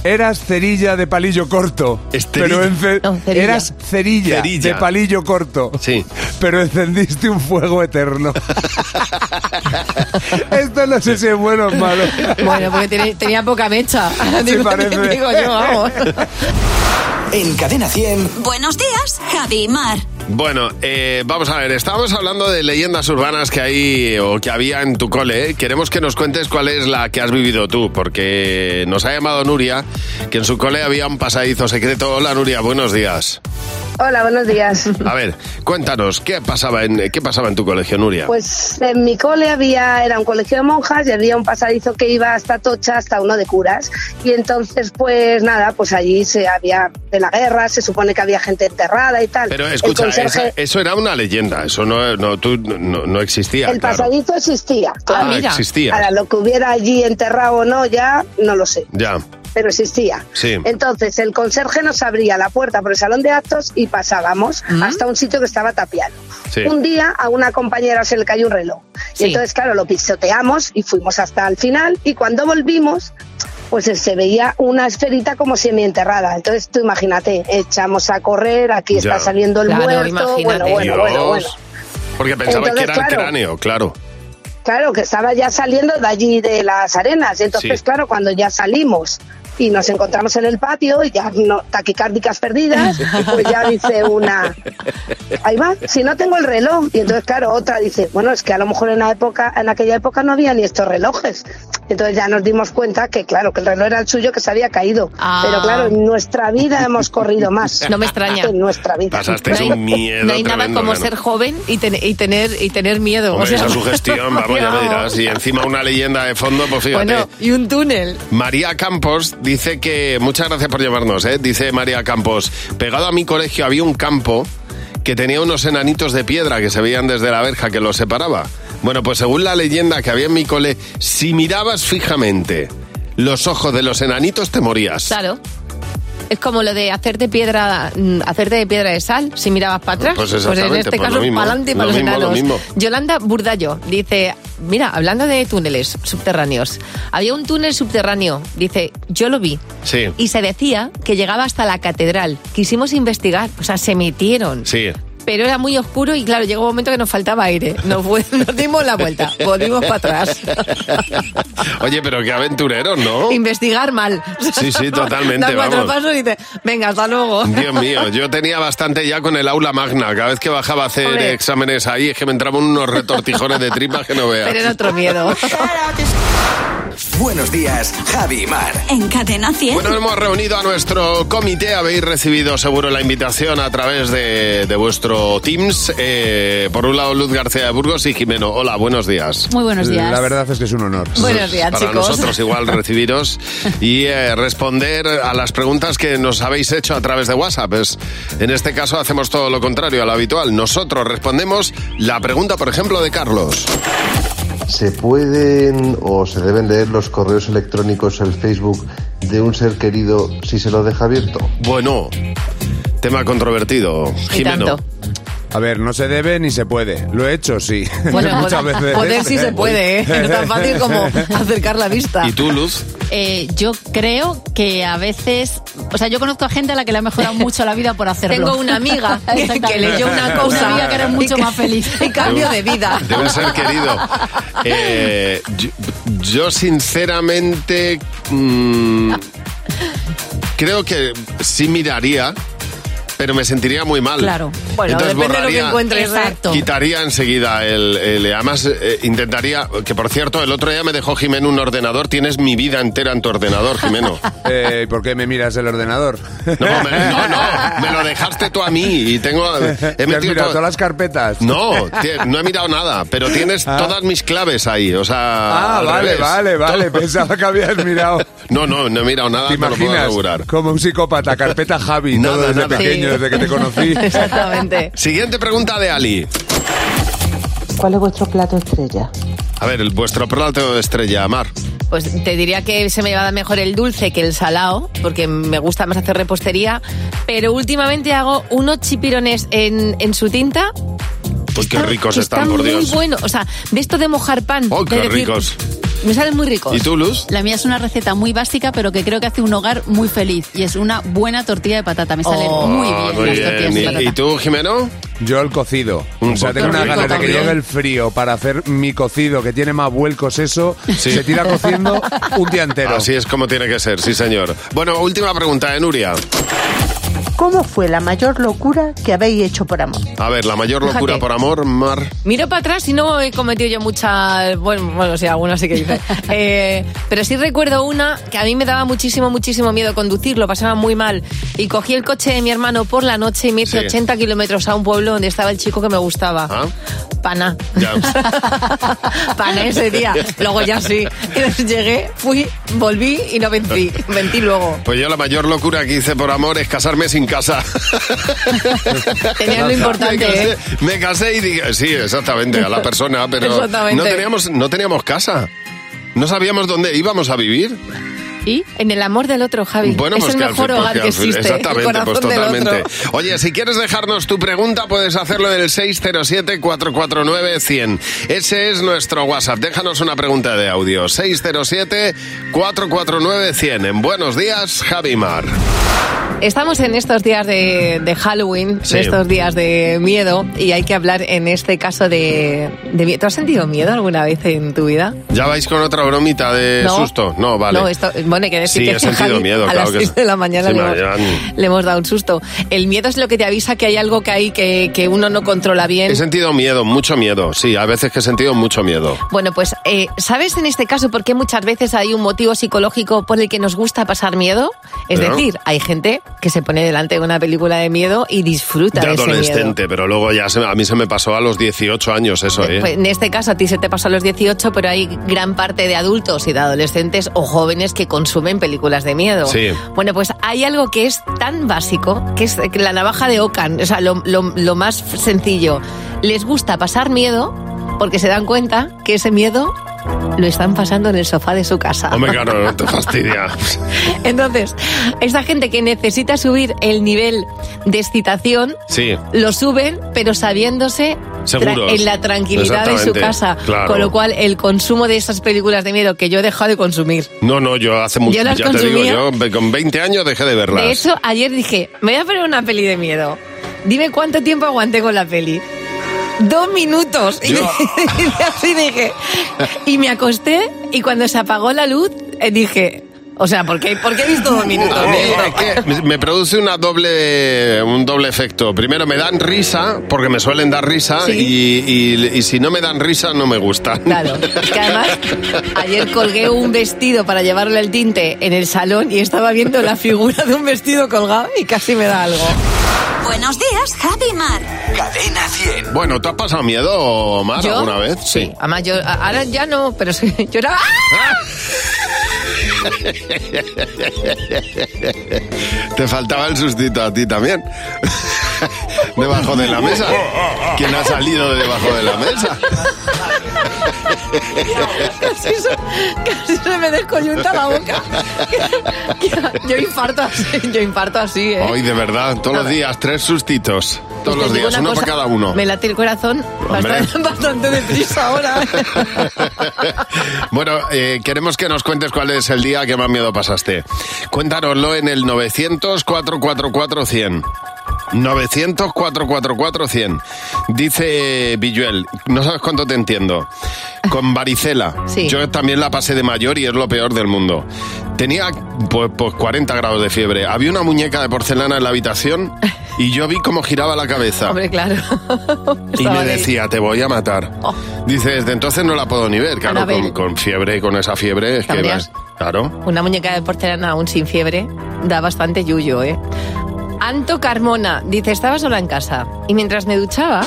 Eras cerilla de palillo corto. Pero ence-
cerilla.
Eras cerilla, de
Cerilla.
palillo corto.
Sí.
Pero encendiste un
*laughs*
fuego eterno. Esto no sé si es bueno o malo.
*laughs* Bueno, porque tiene- tenía poca mecha.
Sí,
*laughs* digo,
parece.
digo yo, vamos.
En Cadena 100.
Buenos días, Javi y Mar.
Bueno, eh, vamos a ver, estábamos hablando de leyendas urbanas que hay o que había en tu cole. ¿eh? Queremos que nos cuentes cuál es la que has vivido tú, porque nos ha llamado Nuria, que en su cole había un pasadizo secreto. Hola Nuria, buenos días.
Hola,
*laughs*
buenos días.
A ver, cuéntanos, ¿qué pasaba en, qué pasaba en tu colegio, Nuria?
Pues en mi cole había, era un colegio de monjas y había un pasadizo que iba hasta Tocha, hasta uno de curas. Y entonces, pues nada, pues allí se había de la guerra, se supone que había gente enterrada y tal.
Pero
El
escucha,
conserje-
esa- eso era una leyenda, eso no, no, tú- no, no existía.
el
claro.
pasadizo existía.
Ah,
claro.
mira. existía.
Ahora, lo que hubiera allí enterrado o no, ya no lo sé.
Ya.
pero existía.
Sí.
Entonces el conserje nos abría la puerta por el salón de actos y pasábamos hasta un sitio que estaba tapiado.
Sí.
Un día a una compañera se le cayó un reloj.
Sí.
Y entonces, claro, lo pisoteamos y fuimos hasta el final y cuando volvimos pues se veía una esferita como semienterrada. Entonces, tú imagínate, echamos a correr, aquí
Ya.
está saliendo el
Claro,
muerto. Bueno, bueno, bueno,
Dios.
bueno.
Porque pensaba
Entonces,
que era el
claro.
cráneo, claro.
Claro, que estaba ya saliendo de allí de las arenas. Entonces,
Sí.
claro, cuando ya salimos y nos encontramos en el patio, y ya no,
*laughs*
taquicárdicas perdidas, *laughs* pues ya dice
*laughs*
una, ahí va, si no tengo el reloj. Y entonces, claro, otra dice, bueno, es que a lo mejor en, la época, en aquella época no había ni estos relojes. Entonces ya nos dimos cuenta que, claro, que el reloj era el suyo que se había caído.
Ah.
Pero claro, en nuestra vida hemos corrido más.
No me extraña.
En nuestra vida.
Pasasteis un miedo
No hay nada
tremendo,
como
Nano.
ser joven y, ten- y tener y tener miedo.
Hombre,
o sea,
esa
*laughs*
sugestión, vamos, ya me dirás. Y encima una leyenda de fondo, pues fíjate.
Bueno, y un túnel.
María Campos dice que. Muchas gracias por llamarnos, ¿eh? Dice María Campos. Pegado a mi colegio había un campo que tenía unos enanitos de piedra que se veían desde la verja que los separaba. Bueno, pues según la leyenda que había en mi cole, si mirabas fijamente los ojos de los enanitos, te morías.
Claro. Es como lo de hacerte piedra, mm, hacerte de piedra de sal si mirabas para atrás.
Pues
en
exactamente,
este
pues lo
caso,
mismo,
para adelante y
lo
para los
mismo, lo
enanos.
mismo.
Yolanda Burdallo dice: Mira, hablando de túneles subterráneos, había un túnel subterráneo. Dice: Yo lo vi.
Sí.
Y se decía que llegaba hasta la catedral. Quisimos investigar, o sea, se metieron.
Sí.
Pero era muy oscuro y claro, llegó un momento que nos faltaba aire. Nos, fue- *laughs* nos dimos la vuelta, volvimos para atrás.
*laughs* Oye, pero qué aventureros, ¿no?
Investigar mal.
Oh. Sí,
*laughs*
sí, totalmente,
Da cuatro
vamos.
pasos y dice, venga, hasta luego.
Dios mío, yo tenía bastante ya con el aula magna. Cada vez que bajaba a hacer
Hombre.
exámenes ahí, es que me entraban unos retortijones de tripas que no veas.
*laughs* Pero en otro miedo.
Buenos días, Javi y Mar.
En Cadena 100.
Bueno, hemos reunido a nuestro comité. Habéis recibido seguro la invitación a través de, de vuestro Teams. Eh, por un lado, Luz García de Burgos y Jimeno. Hola, buenos días.
Muy buenos días.
La verdad es que es un honor.
Buenos días,
Para
chicos.
nosotros igual recibiros y eh, responder a las preguntas que nos habéis hecho a través de WhatsApp. Es- en este caso hacemos todo lo contrario a lo habitual. Nosotros respondemos la pregunta, por ejemplo, de Carlos.
¿Se pueden o se deben leer los correos electrónicos, el Facebook de un ser querido si se lo deja abierto?
Bueno, tema controvertido. Jimeno.
tanto. A ver, no se debe ni se puede. Lo he hecho, sí.
Bueno,
*laughs* Muchas
poder,
veces.
poder sí se puede, ¿eh?
*laughs*
No es tan fácil como acercar la vista.
¿Y tú, Luz?
Eh, yo creo que a veces, o sea, yo conozco a gente a la que le ha mejorado mucho la vida por hacerlo.
Tengo una
*laughs*
*laughs* amiga que- que
Exactamente.
leyó una cosa.
Una amiga que era mucho
Y
*laughs*
ca-
más feliz.
y cambio de vida.
De un ser querido. Eh, yo, yo sinceramente mm, creo que sí miraría, pero me sentiría muy mal.
Claro. Bueno, depende de lo que encuentres, ¿eh? Exacto.
Quitaría enseguida el... el- además, eh, intentaría... Que, por cierto, el otro día me dejó Jimeno un ordenador. Tienes mi vida entera en tu ordenador, Jimeno.
Eh, ¿y ¿Por qué me miras el ordenador?
No, me, no, no, me lo dejaste tú a mí y tengo...
*laughs* ¿Te has mirado
todo-
todas las carpetas?
No, tie- no he mirado nada, pero tienes todas mis claves ahí, o sea...
Ah,
al
vale,
revés.
vale, *laughs* vale. Pensaba que habías mirado.
No, no, no he mirado nada,
¿Te
te lo puedo
imaginas?
asegurar.
Como un psicópata, carpeta Javi,
Nada,
todo desde
nada.
pequeño,
Sí.
desde que te conocí.
Exactamente.
Siguiente pregunta de Ali.
¿Cuál es vuestro plato estrella?
A ver, el- vuestro plato de estrella, Mar.
Pues te diría que se me va mejor el dulce que el salado, porque me gusta más hacer repostería. Pero últimamente hago unos chipirones en, en su tinta.
Pues qué ricos
que
están,
están
por
muy
Dios.
buenos. O sea, de esto de mojar pan.
Oh,
de
qué
decir,
ricos.
Me salen muy ricos.
¿Y tú, Luz?
La mía es una receta muy básica, pero que creo que hace un hogar muy feliz. Y es una buena tortilla de patata. Me salen
Oh,
muy bien
Ah,
las tortillas de patata.
¿Y, y tú, Jimeno?
Yo el cocido. o sea, tengo
poco
una
rico
ganas de que
también.
llegue el frío para hacer mi cocido, que tiene más vuelcos eso.
Sí.
Se tira cociendo un día entero.
eh, Así es como tiene que ser, sí señor. Bueno, última pregunta de Nuria.
¿Cómo fue la mayor locura que habéis hecho por amor?
A ver, la mayor locura
Fíjate.
por amor, Mar.
Miro para atrás y no he cometido yo muchas. Bueno, bueno, sí, algunas sí
*laughs*
que hice. Eh, pero sí recuerdo una que a mí me daba muchísimo, muchísimo miedo conducir, lo pasaba muy mal. Y cogí el coche de mi hermano por la noche y me hice
Sí. Ah.
80 kilómetros a un pueblo donde estaba el chico que me gustaba. Pana.
Ya.
Pana ese día. Luego
*laughs*
ya sí. Entonces llegué, fui, volví y no vencí. Vencí luego.
Pues yo la mayor locura que hice por amor es casarme sin casa. *laughs*
Tenías lo importante,
Me casé,
¿eh?
me casé y dije, sí, exactamente, a la
*laughs*
persona, pero
Exactamente.
no teníamos, no teníamos casa. No sabíamos dónde íbamos a vivir.
¿Y? En el amor del otro, Javi.
Bueno,
es
pues
el
que al
mejor
fin-
hogar
pues
que
al fin-
existe. ¿eh? el
Exactamente, pues
corazón del otro.
totalmente. Oye, si quieres dejarnos tu pregunta, puedes hacerlo en el 607-449-100. Ese es nuestro WhatsApp. Déjanos una pregunta de audio. 607-449-100. En Buenos Días, Javi Mar.
Estamos en estos días de, de Halloween,
Sí.
estos días de miedo, y hay que hablar en este caso de, de miedo. ¿Tú has sentido miedo alguna vez en tu vida?
¿Ya vais con otra bromita de
No.
susto? No, Oh, vale.
No, esto, bueno, hay que decir
Sí,
que
he sentido
Javi,
miedo,
a
claro
las
que
6
sí.
de la mañana
Sí,
le,
me
hemos,
llevan-
le hemos dado un susto. El miedo es lo que te avisa que hay algo que hay que, que uno no controla bien.
He sentido miedo, mucho miedo. Sí, a veces que he sentido mucho miedo.
Bueno, pues, eh, ¿sabes en este caso por qué muchas veces hay un motivo psicológico por el que nos gusta pasar miedo? Es
¿No?
decir, hay gente que se pone delante de una película de miedo y disfruta
De
de ese miedo.
adolescente, pero luego ya se- a mí se me pasó a los 18 años eso, ¿eh?
Pues, en este caso a ti se te pasó a los 18, pero hay gran parte de adultos y de adolescentes o jóvenes que consumen películas de miedo.
Sí.
Bueno, pues hay algo que es tan básico, que es la navaja de Ocan, o sea, lo, lo- lo más sencillo. Les gusta pasar miedo porque se dan cuenta que ese miedo lo están pasando en el sofá de su casa.
Hombre, claro, no te fastidia.
*laughs* Entonces, esa gente que necesita subir el nivel de excitación
Sí.
lo suben, pero sabiéndose tra-
Seguros.
en la tranquilidad de su
Exactamente,
casa.
claro.
Con lo cual, el consumo de esas películas de miedo que yo he dejado de consumir.
No, no, yo hace
Yo
mucho, ya
las
te digo,
consumía.
yo ve- con 20 años dejé de verlas.
De hecho, ayer dije, me voy a poner una peli de miedo. Dime cuánto tiempo aguanté con la peli. Dos minutos. *laughs* Y, así dije. Y me acosté y cuando se apagó la luz, eh, dije, o sea, ¿por qué, ¿por qué he visto dos minutos?
A mí es que me produce una doble, un doble efecto. Primero me dan risa, porque me suelen dar risa, y, y- y si no me dan risa no me gusta.
Claro, es que además ayer colgué un vestido para llevarle el tinte en el salón y estaba viendo la figura de un vestido colgado y casi me da algo.
Buenos días, Javi Mar. Cadena 100.
*laughs* Bueno, ¿tú has pasado miedo, Mar,
¿Yo?
alguna vez? Sí.
Además, yo a- ahora ya no, pero *laughs* sí, yo era... ¡Ah!
Te faltaba el sustito a ti también. Debajo de la mesa. ¿Quién ha salido de debajo de la mesa?
Casi se, casi se me descoyunta la boca. Yo infarto así, yo infarto así, ¿eh?
Hoy, de verdad, todos los días, tres sustitos. Todos los
Te digo
días,
una
uno para
cosa,
cada uno.
Me late el corazón
Hombre.
bastante, bastante deprisa ahora.
Bueno, eh, queremos que nos cuentes cuál es el día que más miedo pasaste. Cuéntanoslo en el 900-444-100. 900-444-100. Dice Villuel, no sabes cuánto te entiendo. Con varicela.
Sí.
Yo también la pasé de mayor y es lo peor del mundo. Tenía pues, pues 40 grados de fiebre. Había una muñeca de porcelana en la habitación y yo vi cómo giraba la cabeza.
Hombre, claro.
Y
Estaba
me
ahí.
decía, te voy a matar. Dice, desde entonces no la puedo ni ver. Claro,
Anabel.
con, con fiebre, con esa fiebre, es que
Sabrías.
vas- Claro.
Una muñeca de porcelana aún sin fiebre da bastante yuyo, ¿eh? Anto Carmona dice, estaba sola en casa y mientras me duchaba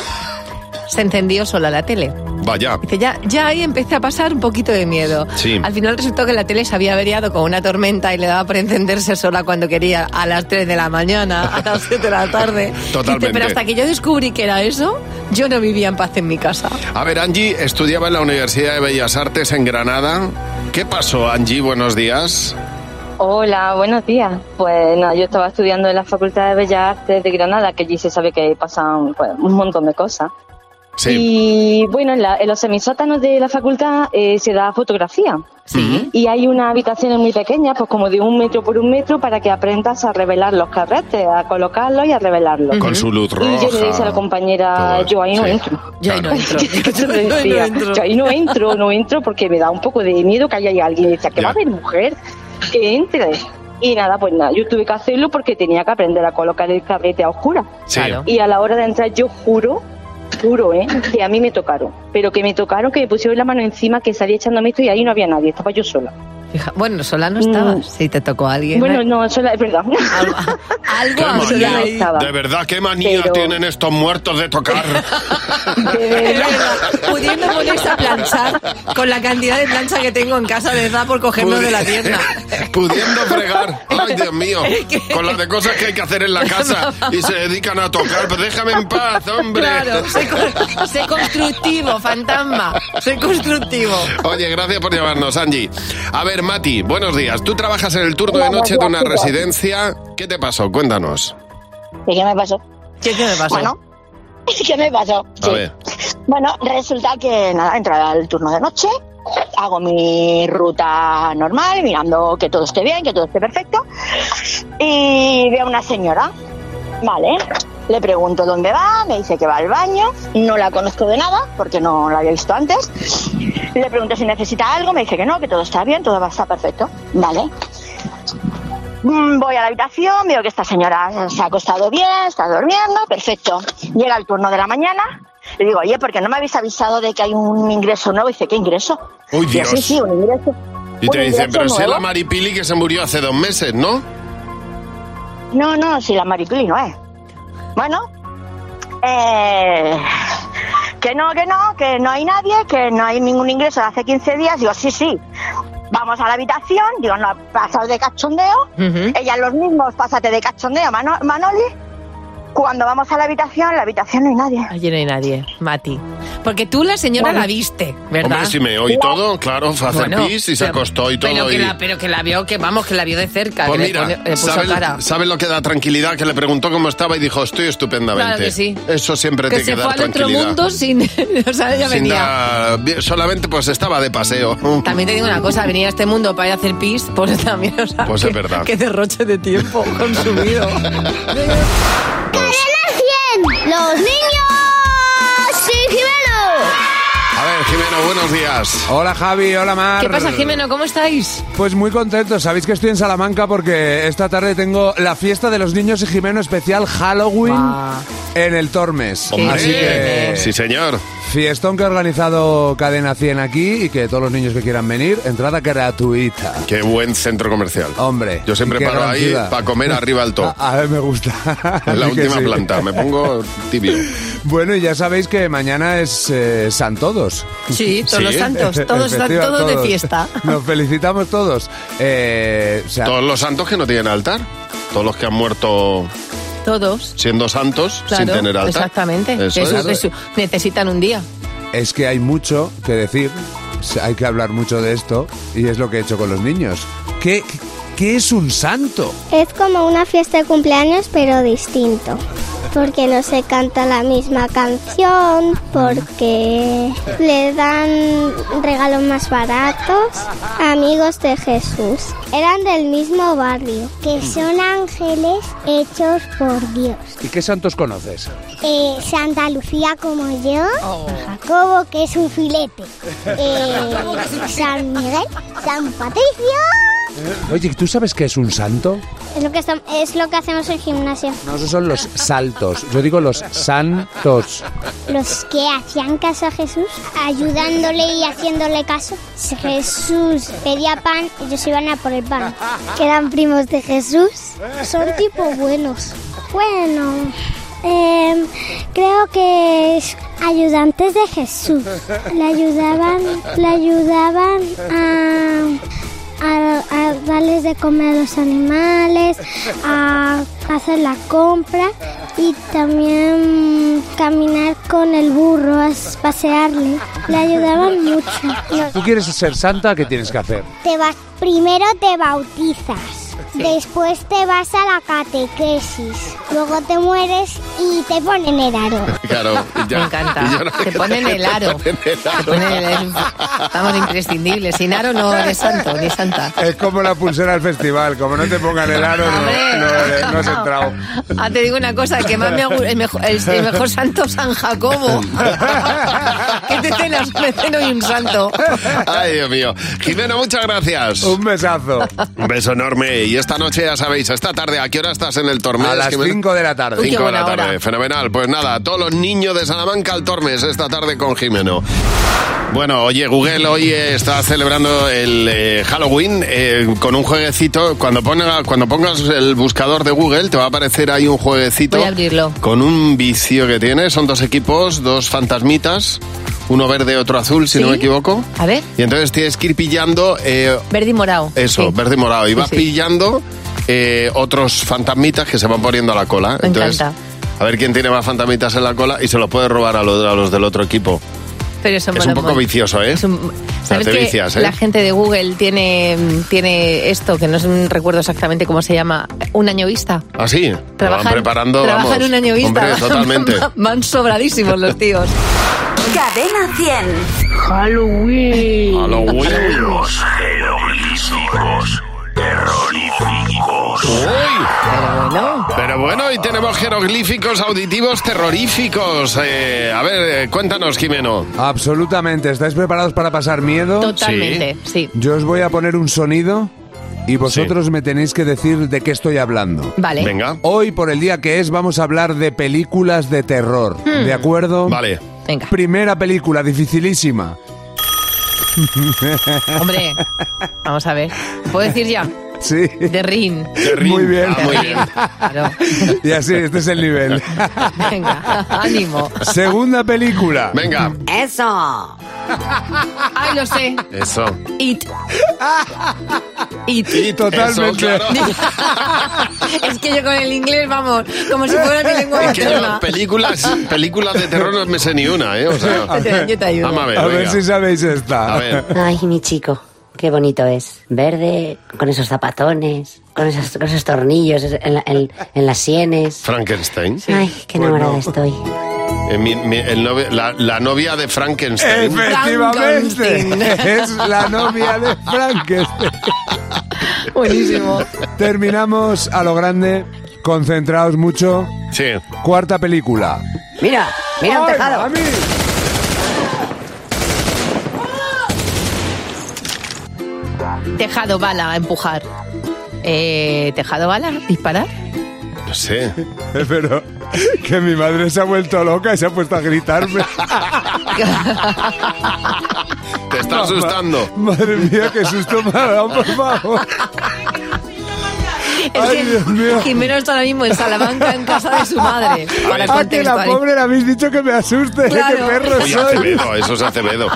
se encendió sola la tele.
Vaya.
*laughs* Dice, ya, ya ahí empecé a pasar un poquito de miedo.
Sí.
Al final resultó que la tele se había averiado con una tormenta y le daba para encenderse sola cuando quería, a las 3 de la mañana, a las 7 de la tarde. Dice,
Totalmente.
pero hasta que yo descubrí que era eso, yo no vivía en paz en mi casa.
A ver, Angie estudiaba en la Universidad de Bellas Artes en Granada. ¿Qué pasó, Angie? Buenos días.
Hola, buenos días. Pues nada, yo estaba estudiando en la Facultad de Bellas Artes de Granada, que allí se sabe que pasan pues, un montón de cosas. Y bueno, en, la- en los semisótanos de la facultad eh, se da fotografía. Y hay unas habitaciones muy pequeñas, pues como de un metro por un metro, para que aprendas a revelar los carretes, a colocarlos y a revelarlos.
Con su luz
Y yo le dije a la
roja.
compañera, yo ahí no
sí. *laughs*
entro.
Yo ahí no entro.
*laughs*
Yo siempre decía, yo ahí no entro, no entro porque me da un poco de miedo que haya alguien y decía que va a haber mujer que entre. Y nada, pues nada, yo tuve que hacerlo porque tenía que aprender a colocar el cabrete a oscura.
Sí. Claro.
Y a la hora de entrar, yo juro, juro, ¿eh? Que a mí me tocaron. Pero que me tocaron, que me pusieron la mano encima, que salí echándome esto y ahí no había nadie, estaba yo sola.
Fija- bueno, sola no estaba, si te tocó a alguien.
Mm.
¿eh?
Bueno, no, sola es verdad.
Qué
Algo
manía, de verdad, qué manía tienen estos muertos de tocar.
*laughs* Pudiendo ponerse a planchar con la cantidad de plancha que tengo en casa, de verdad, por cogerlo de la
Pues,
tienda.
*laughs* Pudiendo fregar. Ay, Dios
*laughs*
mío. Con las de cosas que hay que hacer en la casa y se dedican a tocar. Pero déjame en paz, hombre.
Claro,
*laughs*
sé, co- sé constructivo, fantasma. Sé constructivo.
Oye, gracias por llamarnos, Angie. A ver, Mati, buenos días. Tú trabajas en el turno de
Hola,
noche de una
buenos días, chicos.
residencia. ¿Qué te pasó? Cuéntanos.
¿Qué, me pasó?
¿Qué, me pasó?
*laughs*
Bueno, ¿qué me pasó?
A ver.
Bueno, resulta que nada, entro al turno de noche, hago mi ruta normal, mirando que todo esté bien, que todo esté perfecto, y veo a una señora, vale, le pregunto dónde va, me dice que va al baño, no la conozco de nada, porque no la había visto antes, le pregunto si necesita algo, me dice que no, que todo está bien, todo va a estar perfecto, vale. Mm, Voy a la habitación, veo que esta señora se ha acostado bien, está durmiendo, perfecto. Llega el turno de la mañana, le digo, oye, ¿por qué no me habéis avisado de que hay un ingreso nuevo? Y dice, ¿qué ingreso?
Uy,
Y yo,
Dios.
Sí, sí, un ingreso.
Y te dicen,
un ingreso
pero si es
nuevo".
la Maripili que se murió hace dos meses, ¿no?
No, no, si la mariclí no es. Bueno, eh, que no, que no, que no hay nadie, que no hay ningún ingreso de hace 15 días. Digo, sí, sí. Vamos a la habitación, digo, no, pasado de cachondeo. Ella, los mismos, pásate de cachondeo, Mano- Manoli. Cuando vamos a la habitación, en la habitación no hay nadie.
Allí no hay nadie, Mati. Porque tú la señora
Bueno.
la viste, ¿verdad?
Hombre, si me oí todo, claro, fue a hacer
Bueno,
pis y se
pero-
acostó y todo.
Pero que,
y-
la, pero que la vio, que vamos, que la vio de cerca.
Pues
que le
mira,
pone- le puso
¿sabes,
cara.
sabes lo que da tranquilidad? Que le preguntó cómo estaba y dijo, estoy estupendamente.
Claro que sí.
Eso siempre
Que
te
se
queda
fue al otro
tranquilidad.
mundo sin. *laughs* O sea, ella
Sin
venía.
dar- bien, solamente pues estaba de paseo.
También te digo una cosa, venir a este mundo para ir a hacer pis, pues *laughs* también, o sea,
Pues
qué,
es verdad.
qué derroche de tiempo consumido.
¡Los niños! ¡Sí,
A ver, Jimeno, buenos días.
Hola Javi, hola Mar.
¿Qué pasa, Jimeno? ¿Cómo estáis?
Pues muy contento, sabéis que estoy en Salamanca porque esta tarde tengo la fiesta de los niños y Jimeno especial Halloween en el Tormes.
Hombre,
Así que
sí, señor.
fiestón que ha organizado Cadena 100 aquí y que todos los niños que quieran venir, entrada gratuita.
Qué buen centro comercial.
Hombre.
Yo siempre
qué
paro
gran
ahí
ciudad.
para comer arriba al top.
*laughs* A, a ver, me gusta. *laughs*
En la
Así que
última
sí.
planta. Me pongo tibio.
Bueno, y ya sabéis que mañana es eh, San Todos.
*laughs* Sí, todos los santos,
*laughs*
todos-
Efectiva,
todos de fiesta.
Nos felicitamos todos. Eh, o sea,
Todos los santos que no tienen altar. Todos los que han muerto
Todos.
siendo santos
Claro,
sin tener altar.
exactamente.
Eso
Jesús,
es.
Jesús. necesitan un día.
es que hay mucho que decir, o sea, hay que hablar mucho de esto, y es lo que he hecho con los niños. ¿Qué, qué es un santo?
Es como una fiesta de cumpleaños, pero distinto. Porque no se canta la misma canción, porque le dan regalos más baratos. Amigos de Jesús. Eran del mismo barrio. Que son ángeles hechos por Dios.
¿Y qué santos conoces?
Eh, Santa Lucía como yo, Jacobo que es un filete, Eh, *laughs* San Miguel, San Patricio.
Oye, ¿tú sabes qué es un santo?
Es lo que, estam- es lo que hacemos en gimnasia.
No, esos son los saltos. Yo digo los santos.
Los que hacían caso a Jesús, ayudándole y haciéndole caso. Si Jesús pedía pan, ellos iban a por el pan. Que eran primos de Jesús. Son tipo buenos. Bueno, em, creo que es ayudantes de Jesús. Le ayudaban, le ayudaban a a, a darles de comer a los animales, a hacer la compra y también caminar con el burro, a pasearle. Le ayudaban mucho. No,
¿Tú quieres ser santa? ¿Qué tienes que hacer?
te vas, primero te bautizas, después te vas a la catequesis, luego te mueres y te ponen el aro.
Claro, y
*laughs*
ya.
*laughs* Me encanta.
Y ya no-
Te ponen el aro.
Te ponen el aro.
Ponen el- Estamos imprescindibles. Sin aro no eres santo,
*laughs*
ni santa.
Es como la pulsera al festival, como no te pongan el aro, no, no eres- no has entrado.
Ah, te digo una cosa, que más me ha gu- el mejor, el, el mejor santo San
*laughs*
Jacobo. *laughs* que te cenas un meceno y un santo.
*laughs* Ay, Dios mío. Jimeno, muchas gracias.
Un besazo.
Un beso enorme. Y esta noche, ya sabéis, esta tarde, ¿a qué hora estás en el Tormes?
A las
Jimena?
5 de la tarde.
Cinco de la tarde, fenomenal. Pues nada, a todos los niños de Salamanca al Tormes esta tarde con Jimeno. Bueno, oye, Google hoy eh, está celebrando el eh, Halloween eh, con un jueguecito. Cuando, ponga- cuando pongas el buscador de Google, te va a aparecer ahí un jueguecito
Voy a abrirlo.
con un vicio que tiene. Son dos equipos, dos fantasmitas, uno verde, otro azul, si no me equivoco.
A ver,
Y entonces tienes que ir pillando eh,
verde y morado.
eso, verde y morado. Y
Sí,
vas
sí.
pillando eh, otros fantasmitas que se van poniendo a la cola.
Me
Entonces,
encanta.
a ver quién tiene más fantasmitas en la cola y se los puede robar a los, a los del otro equipo.
Pero eso
es
mola
un poco
montón.
vicioso, ¿eh? O sea,
¿Sabes
te
que
vicias, ¿eh?
la gente de Google tiene, tiene esto, que no es- no recuerdo exactamente cómo se llama, un año vista?
¿Ah, sí? Lo van
Trabajan-
preparando,
trabajan
vamos.
un año vista.
Hombre, totalmente.
*laughs* Van sobradísimos los tíos.
Cadena 100.
Halloween.
Halloween.
Los jeroglíficos terroríficos.
Pero bueno, y tenemos jeroglíficos auditivos terroríficos. Eh, a ver, eh, cuéntanos, Jimeno.
Absolutamente. ¿Estáis preparados para pasar miedo?
Totalmente, sí.
Yo os voy a poner un sonido y vosotros me tenéis que decir de qué estoy hablando.
Vale.
Hoy, por el día que es, vamos a hablar de películas de terror.
Hmm.
¿De acuerdo? Vale. Primera película, dificilísima.
Hombre, vamos a ver. ¿Puedo decir ya?
Sí.
De Rin.
Muy bien.
Ah, muy bien.
*laughs* y así, este es el nivel.
Venga, *laughs* ánimo.
Segunda película.
Venga.
Eso. Ay, lo sé.
Eso.
It. It.
Y totalmente.
es que yo con el inglés, vamos, como si fuera mi
*laughs*
lengua
Es que yo
materna.
películas, películas de terror no me sé ni una, ¿eh? O sea,
*laughs*
A ver.
Yo te ayudo.
Vamos a ver,
A ver
venga.
si sabéis esta.
Ay, mi chico, qué bonito es. Verde, con esos zapatones, con esos, con esos tornillos en, la- en- en las sienes.
Frankenstein.
Ay, qué enamorada estoy.
Eh, mi- mi- el novio- la, la novia de Frankenstein.
Efectivamente, es la novia de Frankenstein.
Buenísimo.
Terminamos a lo grande. Concentraos mucho.
Sí.
Cuarta película.
Mira, mira un
Ay,
tejado.
mami.
Tejado, bala, empujar. Eh, tejado, bala, disparar.
No sé.
*laughs* Pero que mi madre se ha vuelto loca y se ha puesto a gritarme.
Te está
Mamá,
asustando.
Madre mía, qué susto me ha dado, por favor.
*laughs* Es
Ay, Dios mío.
que Jimeno está ahora mismo en Salamanca, en casa de
*laughs*
su madre. pues, Para
Ah, que la
contextualizar.
pobre le habéis dicho que me asuste. ¿eh?
Claro.
¡Qué perro
Oye,
soy!
Acevedo, eso es Acevedo.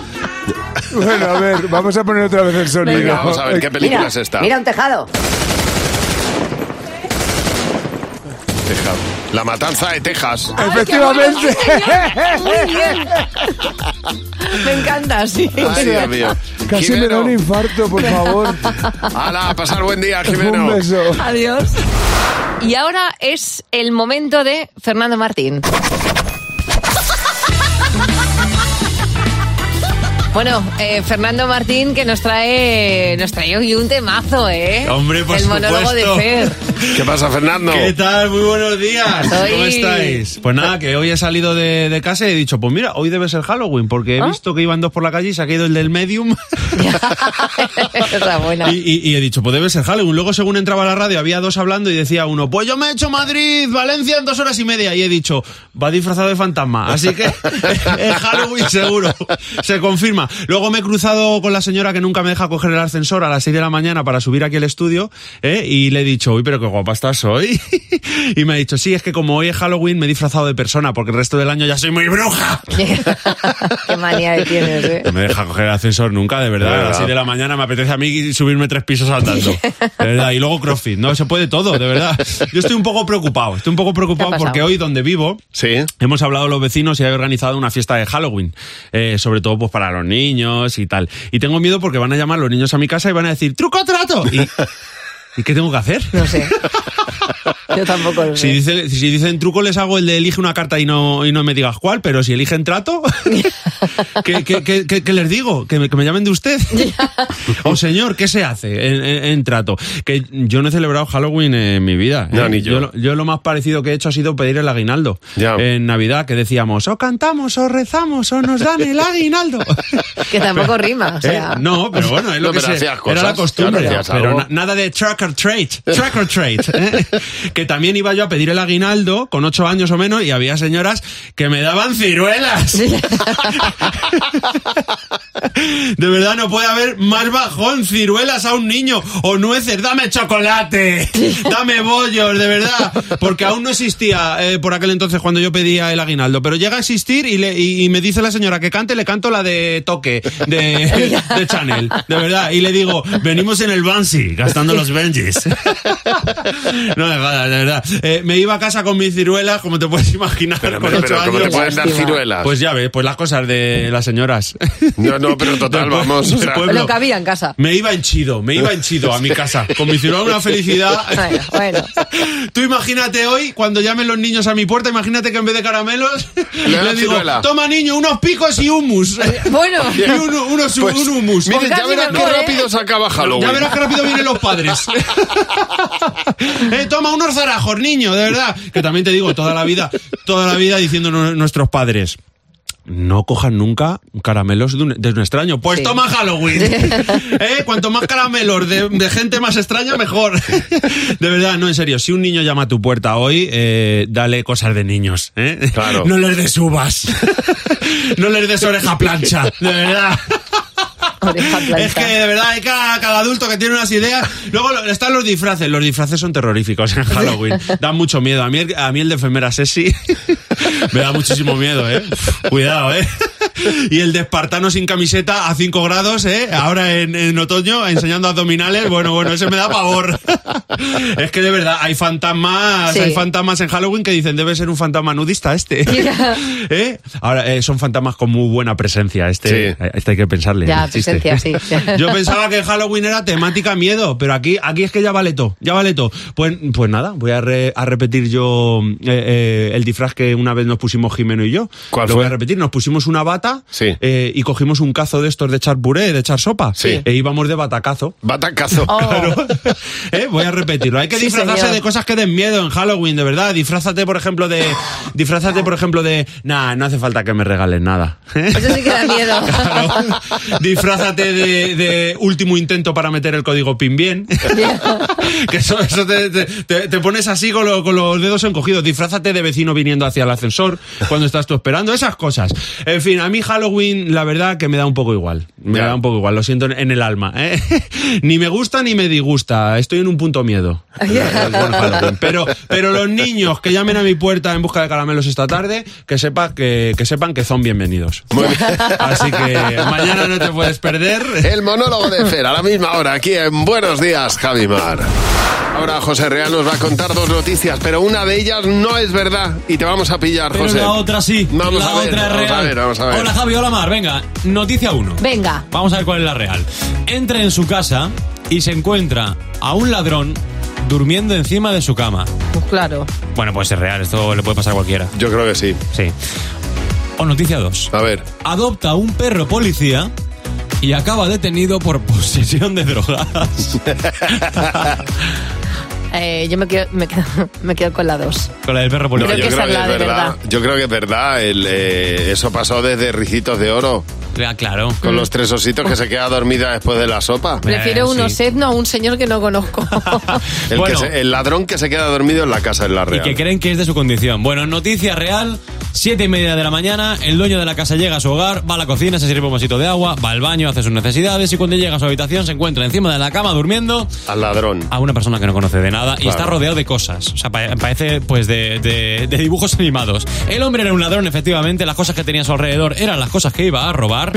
Bueno, a ver, vamos a poner otra vez el sonido.
Venga, vamos a ver, ¿qué película es esta?
Mira un tejado.
Teja- La matanza de Texas.
Efectivamente. *laughs*
Muy bien. Me encanta, sí.
Ay, Dios
*laughs*
mío.
Casi me da
Jimeno.
un infarto, por favor.
Hala, a pasar buen día, Jimeno.
Un beso.
Adiós. Y ahora es el momento de Fernando Martín. Bueno, eh, Fernando Martín que nos trae nos trae hoy un temazo, ¿eh? *laughs*
Hombre, por
El monólogo
supuesto.
de Fer.
*laughs*
¿Qué pasa, Fernando?
¿Qué tal? Muy buenos días.
Soy-
¿Cómo estáis? Pues nada, que hoy he salido de, de casa y he dicho, pues mira, hoy debe ser Halloween, porque he
¿Ah?
visto que iban dos por la calle y se ha caído el del medium.
Esa buena.
Y, y- y he dicho, pues debe ser Halloween. Luego, según entraba a la radio, había dos hablando y decía uno, pues yo me he hecho Madrid, Valencia en dos horas y media. Y he dicho, va disfrazado de fantasma. Así que es
*laughs*
Halloween seguro. Se confirma. Luego me he cruzado con la señora que nunca me deja coger el ascensor a las 6 de la mañana para subir aquí al estudio. ¿eh? Y le he dicho, uy, pero qué guapa estás hoy. *laughs* y me ha dicho, sí, es que como hoy es Halloween me he disfrazado de persona porque el resto del año ya soy muy bruja.
*laughs* Qué manía que tienes, ¿eh?
No me deja coger el ascensor nunca, de verdad.
De
A
verdad.
las 6 de la mañana me apetece a mí subirme tres pisos saltando. De verdad. Y luego CrossFit. No, se puede todo, de verdad. Yo estoy un poco preocupado. Estoy un poco preocupado
pasado?
porque hoy donde vivo hemos hablado los vecinos y he organizado una fiesta de Halloween. Eh, sobre todo pues para los niños y tal. Y tengo miedo porque van a *laughs* llamar los niños a mi casa y van a decir ¡Truco o trato! Y, ¿y qué tengo que hacer?
No sé. Yo tampoco lo sé.
Si, dice- si dicen truco, les hago el de elige una carta y no, y no me digas cuál, pero si eligen trato,
*laughs*
¿qué, qué- qué- qué- qué les digo? ¿Que me, que me llamen de
*laughs*
usted? o señor, ¿qué se hace en, en- en trato? Que yo no he celebrado Halloween en mi vida.
No,
¿eh?
ni yo.
lo- yo lo más parecido que he hecho ha sido pedir el aguinaldo. En Navidad, que decíamos, "Oh, o cantamos, o rezamos, o nos dan el aguinaldo.
*laughs*
*laughs*
Que tampoco rima. O sea.
Eh, no,
*laughs*
pero bueno, es lo
No,
que
pero
se-
hacías cosas,
era la costumbre.
claro, hacías
pero
algo.
na- nada de track or trade, track or trade.
*laughs*
¿eh? que también iba yo a pedir el aguinaldo con ocho años o menos y había señoras que me daban
*laughs*
ciruelas. *laughs* de verdad no puede haber más bajón ciruelas a un niño o nueces. Dame chocolate, dame bollos, de verdad. Porque aún no existía eh, por aquel entonces cuando yo pedía el aguinaldo. Pero llega a existir y, le- y- y me dice la señora que cante, le canto la de toque de, de Chanel. De verdad. Y le digo, venimos en el Bansi gastando los Benjis. *laughs* No me jodas, de verdad. Eh, me iba a casa con mis ciruelas, como te puedes imaginar. con
pero,
ocho
¿cómo te
años.
pueden dar ciruelas?
Pues ya ves, pues las cosas de las señoras.
*laughs* No, no, pero total,
Del pue-
vamos. o
del
sea,
pueblo.
Lo que había en casa.
Me iba henchido, me iba henchido a mi casa. Con mi ciudad una felicidad.
Bueno, bueno.
*laughs* Tú imagínate hoy, cuando llamen los niños a mi puerta, imagínate que en vez de caramelos, *laughs*
dan
le digo,
ciruela.
toma niño, unos picos y humus.
Bueno.
*laughs* Y un, unos-
Pues,
un humus.
Miren, ya verás qué
¿eh?
rápido se acaba Halloween.
Ya verás qué rápido vienen
*laughs*
los padres. Eh, toma unos zarajos, niño, de verdad. Que también te digo, toda la vida, toda la vida diciendo nu- nuestros padres. No cojan nunca caramelos de un, de un extraño. Pues
Sí.
toma
*laughs*
Halloween. *laughs* Eh, Cuanto más caramelos de, de gente más extraña, mejor. De verdad, no, en serio. Si un niño llama a tu puerta hoy, eh, dale cosas de niños. ¿eh? *laughs* No les
*laughs*
des uvas. No les des oreja plancha. De verdad. Es que de verdad hay cada, cada adulto que tiene unas ideas. Luego lo- están los disfraces. Los disfraces son terroríficos en Halloween. Dan mucho miedo. A mí, el- a mí el de enfermera Sesi *laughs* me da muchísimo miedo, ¿eh? Cuidado, ¿eh? Y el de espartano sin camiseta a 5 grados, ¿eh? Ahora en, en otoño enseñando abdominales. Bueno, bueno, ese me da pavor. *laughs* Es que de verdad hay fantasmas,
Sí.
hay fantasmas en Halloween que dicen debe ser un fantasma nudista
*laughs*
este. *laughs* ¿Eh? Ahora eh, son fantasmas con muy buena presencia. Este, este hay que pensarle.
Ya,
el chiste.
presencia, sí.
Yo pensaba que Halloween era temática miedo, pero aquí, aquí es que ya vale todo, ya vale todo. Pues, pues nada, voy a, re- a repetir yo eh, eh, el disfraz que una vez nos pusimos Jimeno y yo.
¿Cuál
Lo
fue?
voy a repetir, nos pusimos una bata eh, y cogimos un cazo de estos de echar puré, de echar sopa.
Sí.
E íbamos de batacazo.
Batacazo.
*laughs* Claro. Eh, voy a repetirlo. Hay que
Sí,
disfrazarse
señor.
de cosas que den miedo en Halloween, de verdad. Disfrázate, por ejemplo, de. Disfrázate, por ejemplo, de. Nah, no hace falta que me regalen nada.
Eso sí que
*laughs*
da miedo.
Disfrázate de, de último intento para meter el código PIN bien. que eso, eso te, te- te- te pones así con, lo- con los dedos encogidos. Disfrázate de vecino viniendo hacia el ascensor cuando estás tú esperando. Esas cosas. En fin, a mí Halloween, la verdad, que me da un poco igual. Me da un poco igual. Lo siento en- en el alma. ¿eh? *laughs* ni me gusta ni me disgusta. Estoy en un punto miedo.
Eh,
El buen Halloween. Pero, pero los niños que llamen a mi puerta en busca de caramelos esta tarde, que, sepa que, que sepan que son bienvenidos. Así que mañana no te puedes perder.
El monólogo de Fer, a la misma hora, aquí en Buenos Días, Javimar. Ahora José Real nos va a contar dos noticias, pero una de ellas no es verdad y te vamos a pillar,
Pero
José.
la otra sí.
Vamos
la
a ver,
otra es
vamos
real.
a ver, vamos a ver.
Hola Javi, hola Mar. Venga, noticia 1.
Venga.
Vamos a ver cuál es la real. Entra en su casa y se encuentra a un ladrón durmiendo encima de su cama.
Pues claro.
Bueno, pues es real, esto le puede pasar a cualquiera.
Yo creo que sí.
Sí. O noticia 2.
A ver.
Adopta un perro policía y acaba detenido por posesión
*laughs*
de drogas.
Eh, yo me quedo, me, quedo, *laughs* me quedo con la 2.
Con la del perro
policía. Creo que esa es la de verdad.
Yo creo que es verdad. el, eh, eso pasó desde Ricitos de Oro.
claro.
Con los tres ositos que se queda dormida después de la sopa.
Mm. Prefiero un osetno a un señor que no conozco.
El,
Eh, Bueno.
que se- el ladrón que se queda dormido en la casa en la
Y
real.
que creen que es de su condición. Bueno, noticia real. Siete y media de la mañana, el dueño de la casa llega a su hogar, va a la cocina, se sirve un vasito de agua, va al baño, hace sus necesidades y cuando llega a su habitación se encuentra encima de la cama durmiendo
al ladrón.
A una persona que no conoce de nada y
Claro.
está rodeado de cosas. O sea, pa- parece pues de, de- de dibujos animados. El hombre era un ladrón, efectivamente, las cosas que tenía a su alrededor eran las cosas que iba a robar,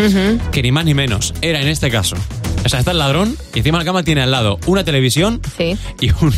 que ni más ni menos. Era en este caso. O sea, está el ladrón y encima de la cama tiene al lado una televisión y, una,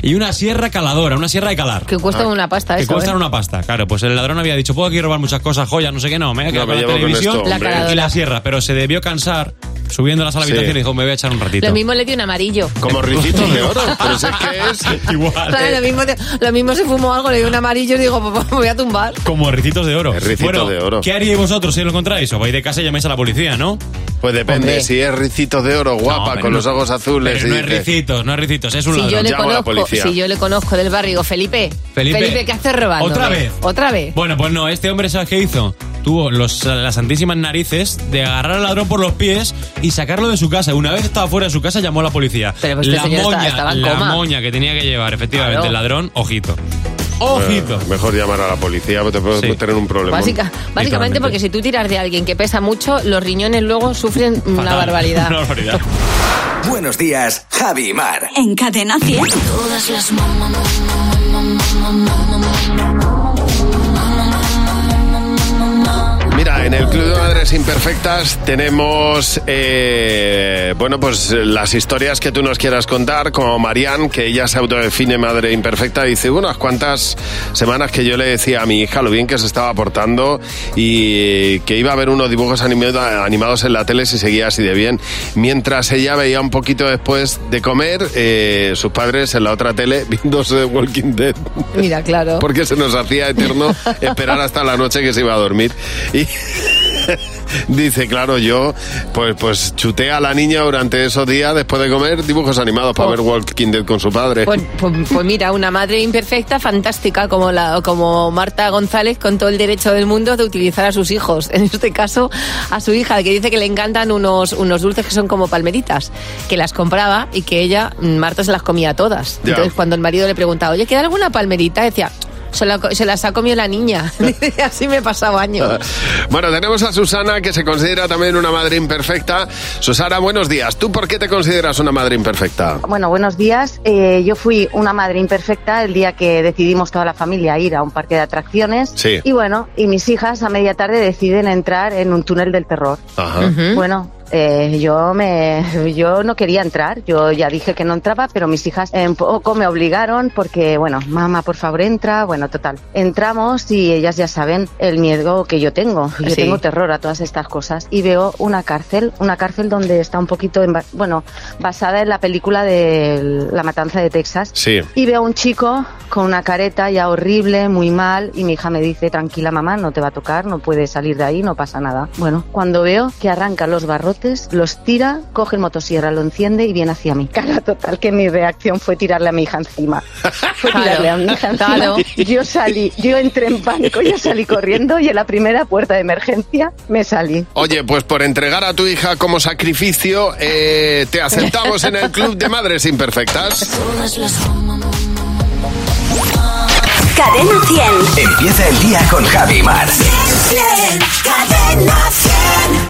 y una sierra caladora, una sierra de calar.
Que
Ah.
cuesta una pasta
Que
eso,
cuestan
¿eh?
una pasta, claro. Pues el ladrón había dicho, puedo aquí robar muchas cosas, joyas, no sé qué, no, me voy a
No, me
quedar con la
llevo con
televisión
esto, La hombre.
y
caladora.
la sierra. Pero se debió cansar subiendo a la sala de
Sí.
habitación y dijo, me voy a echar un ratito.
Lo mismo le dio un amarillo.
*laughs*
Como ricitos de oro, pero sé que Eh.
es
*laughs*
igual.
Claro, lo, mismo, lo mismo se fumó algo, le dio un amarillo y digo, pues me voy a tumbar.
Como ricitos de oro. bueno,
de oro.
¿qué haríais vosotros si lo encontráis? Os vais de casa y llamáis a la policía, ¿no?
Pues depende,
Hombre.
si es ricitos de oro, guapa,
pero
con
no-
los ojos azules.
pero
y
no es
dice,
ricitos, no es ricitos, es un
Si yo,
ladrón.
le conozco, si yo le conozco del barrio, digo, Felipe,
Felipe.
Felipe, ¿qué haces robando?
Otra vez.
Otra vez.
Bueno, pues no, este hombre, ¿sabes qué hizo? Tuvo los- las santísimas narices de agarrar al ladrón por los pies y sacarlo de su casa. Una vez estaba fuera de su casa, llamó a la policía.
Pero pues este
la
señor
moña,
estaba- estaba en
la
coma.
moña que tenía que llevar, efectivamente,
Claro.
el ladrón, ojito.
eh,
Ojito.
mejor llamar a la policía, porque te puedes tener un problema.
Básica- básicamente porque si tú tiras de alguien que pesa mucho, los riñones luego sufren una
*laughs*
barbaridad.
barbaridad.
Buenos días, Javi y Mar.
En cadena 100.
Todas las mamá,
Mira, en el Club de Madres Imperfectas tenemos, eh, bueno, pues eh, las historias que tú nos quieras contar, como Marianne, que ella se autodefine madre imperfecta, dice unas cuantas semanas que yo le decía a mi hija lo bien que se estaba portando y que iba a ver unos dibujos anima- animados en la tele si seguía así de bien, mientras ella veía un poquito después de comer eh, sus padres en la otra tele *laughs* viéndose The Walking Dead.
Mira, claro.
*laughs* Porque se nos hacía eterno esperar hasta la noche que se iba a dormir. Y *laughs* dice, claro, yo pues, pues chuté a la niña durante esos días después de comer dibujos animados para ver Walking Dead con su padre.
Pues,
*laughs*
pues- pues mira, una madre imperfecta, fantástica, como, la, como Marta González, con todo el derecho del mundo de utilizar a sus hijos. En este caso, a su hija, que dice que le encantan unos, unos dulces que son como palmeritas, que las compraba y que ella, mm, Marta, se las comía todas.
Ya.
Entonces, cuando el marido le preguntaba, oye, ¿queda alguna palmerita? Decía, se, la co- se las ha comido la niña. *laughs* Y Así me pasaba años.
Bueno, tenemos a Susana, que se considera también una madre imperfecta. Susana, buenos días. ¿Tú por qué te consideras una madre imperfecta?
Bueno, buenos días. Eh, yo fui una madre imperfecta el día que decidimos toda la familia ir a un parque de atracciones.
Sí.
Y bueno, y mis hijas a media tarde deciden entrar en un túnel del terror.
Ajá.
Bueno, eh, yo me, yo no quería entrar. Yo ya dije que no entraba, pero mis hijas eh, un poco me obligaron porque, bueno, mamá, por favor entra. Bueno, total, entramos y ellas ya saben el miedo que yo tengo. Yo
Sí.
tengo terror a todas estas cosas y veo una cárcel, una cárcel donde está un poquito, en ba- bueno, basada en la película de La Matanza de Texas.
Sí.
Y veo a un chico con una careta ya horrible, muy mal, y mi hija me dice, tranquila mamá, no te va a tocar, no puedes salir de ahí, no pasa nada. Bueno, cuando veo que arranca los barrotes, los tira, coge el motosierra, lo enciende y viene hacia mí. Cara total, que mi reacción fue tirarle a mi hija encima. Fue
Claro,
tirarle a mi hija encima.
claro.
Yo salí, yo entré en pánico, yo salí corriendo y en la primera puerta de emergencia me salí.
Oye, pues por entregar a tu hija como sacrificio, eh, te aceptamos en el Club de Madres Imperfectas.
todas las
Cadena 100.
Empieza el día con Javi y Mar.
Cadena 100.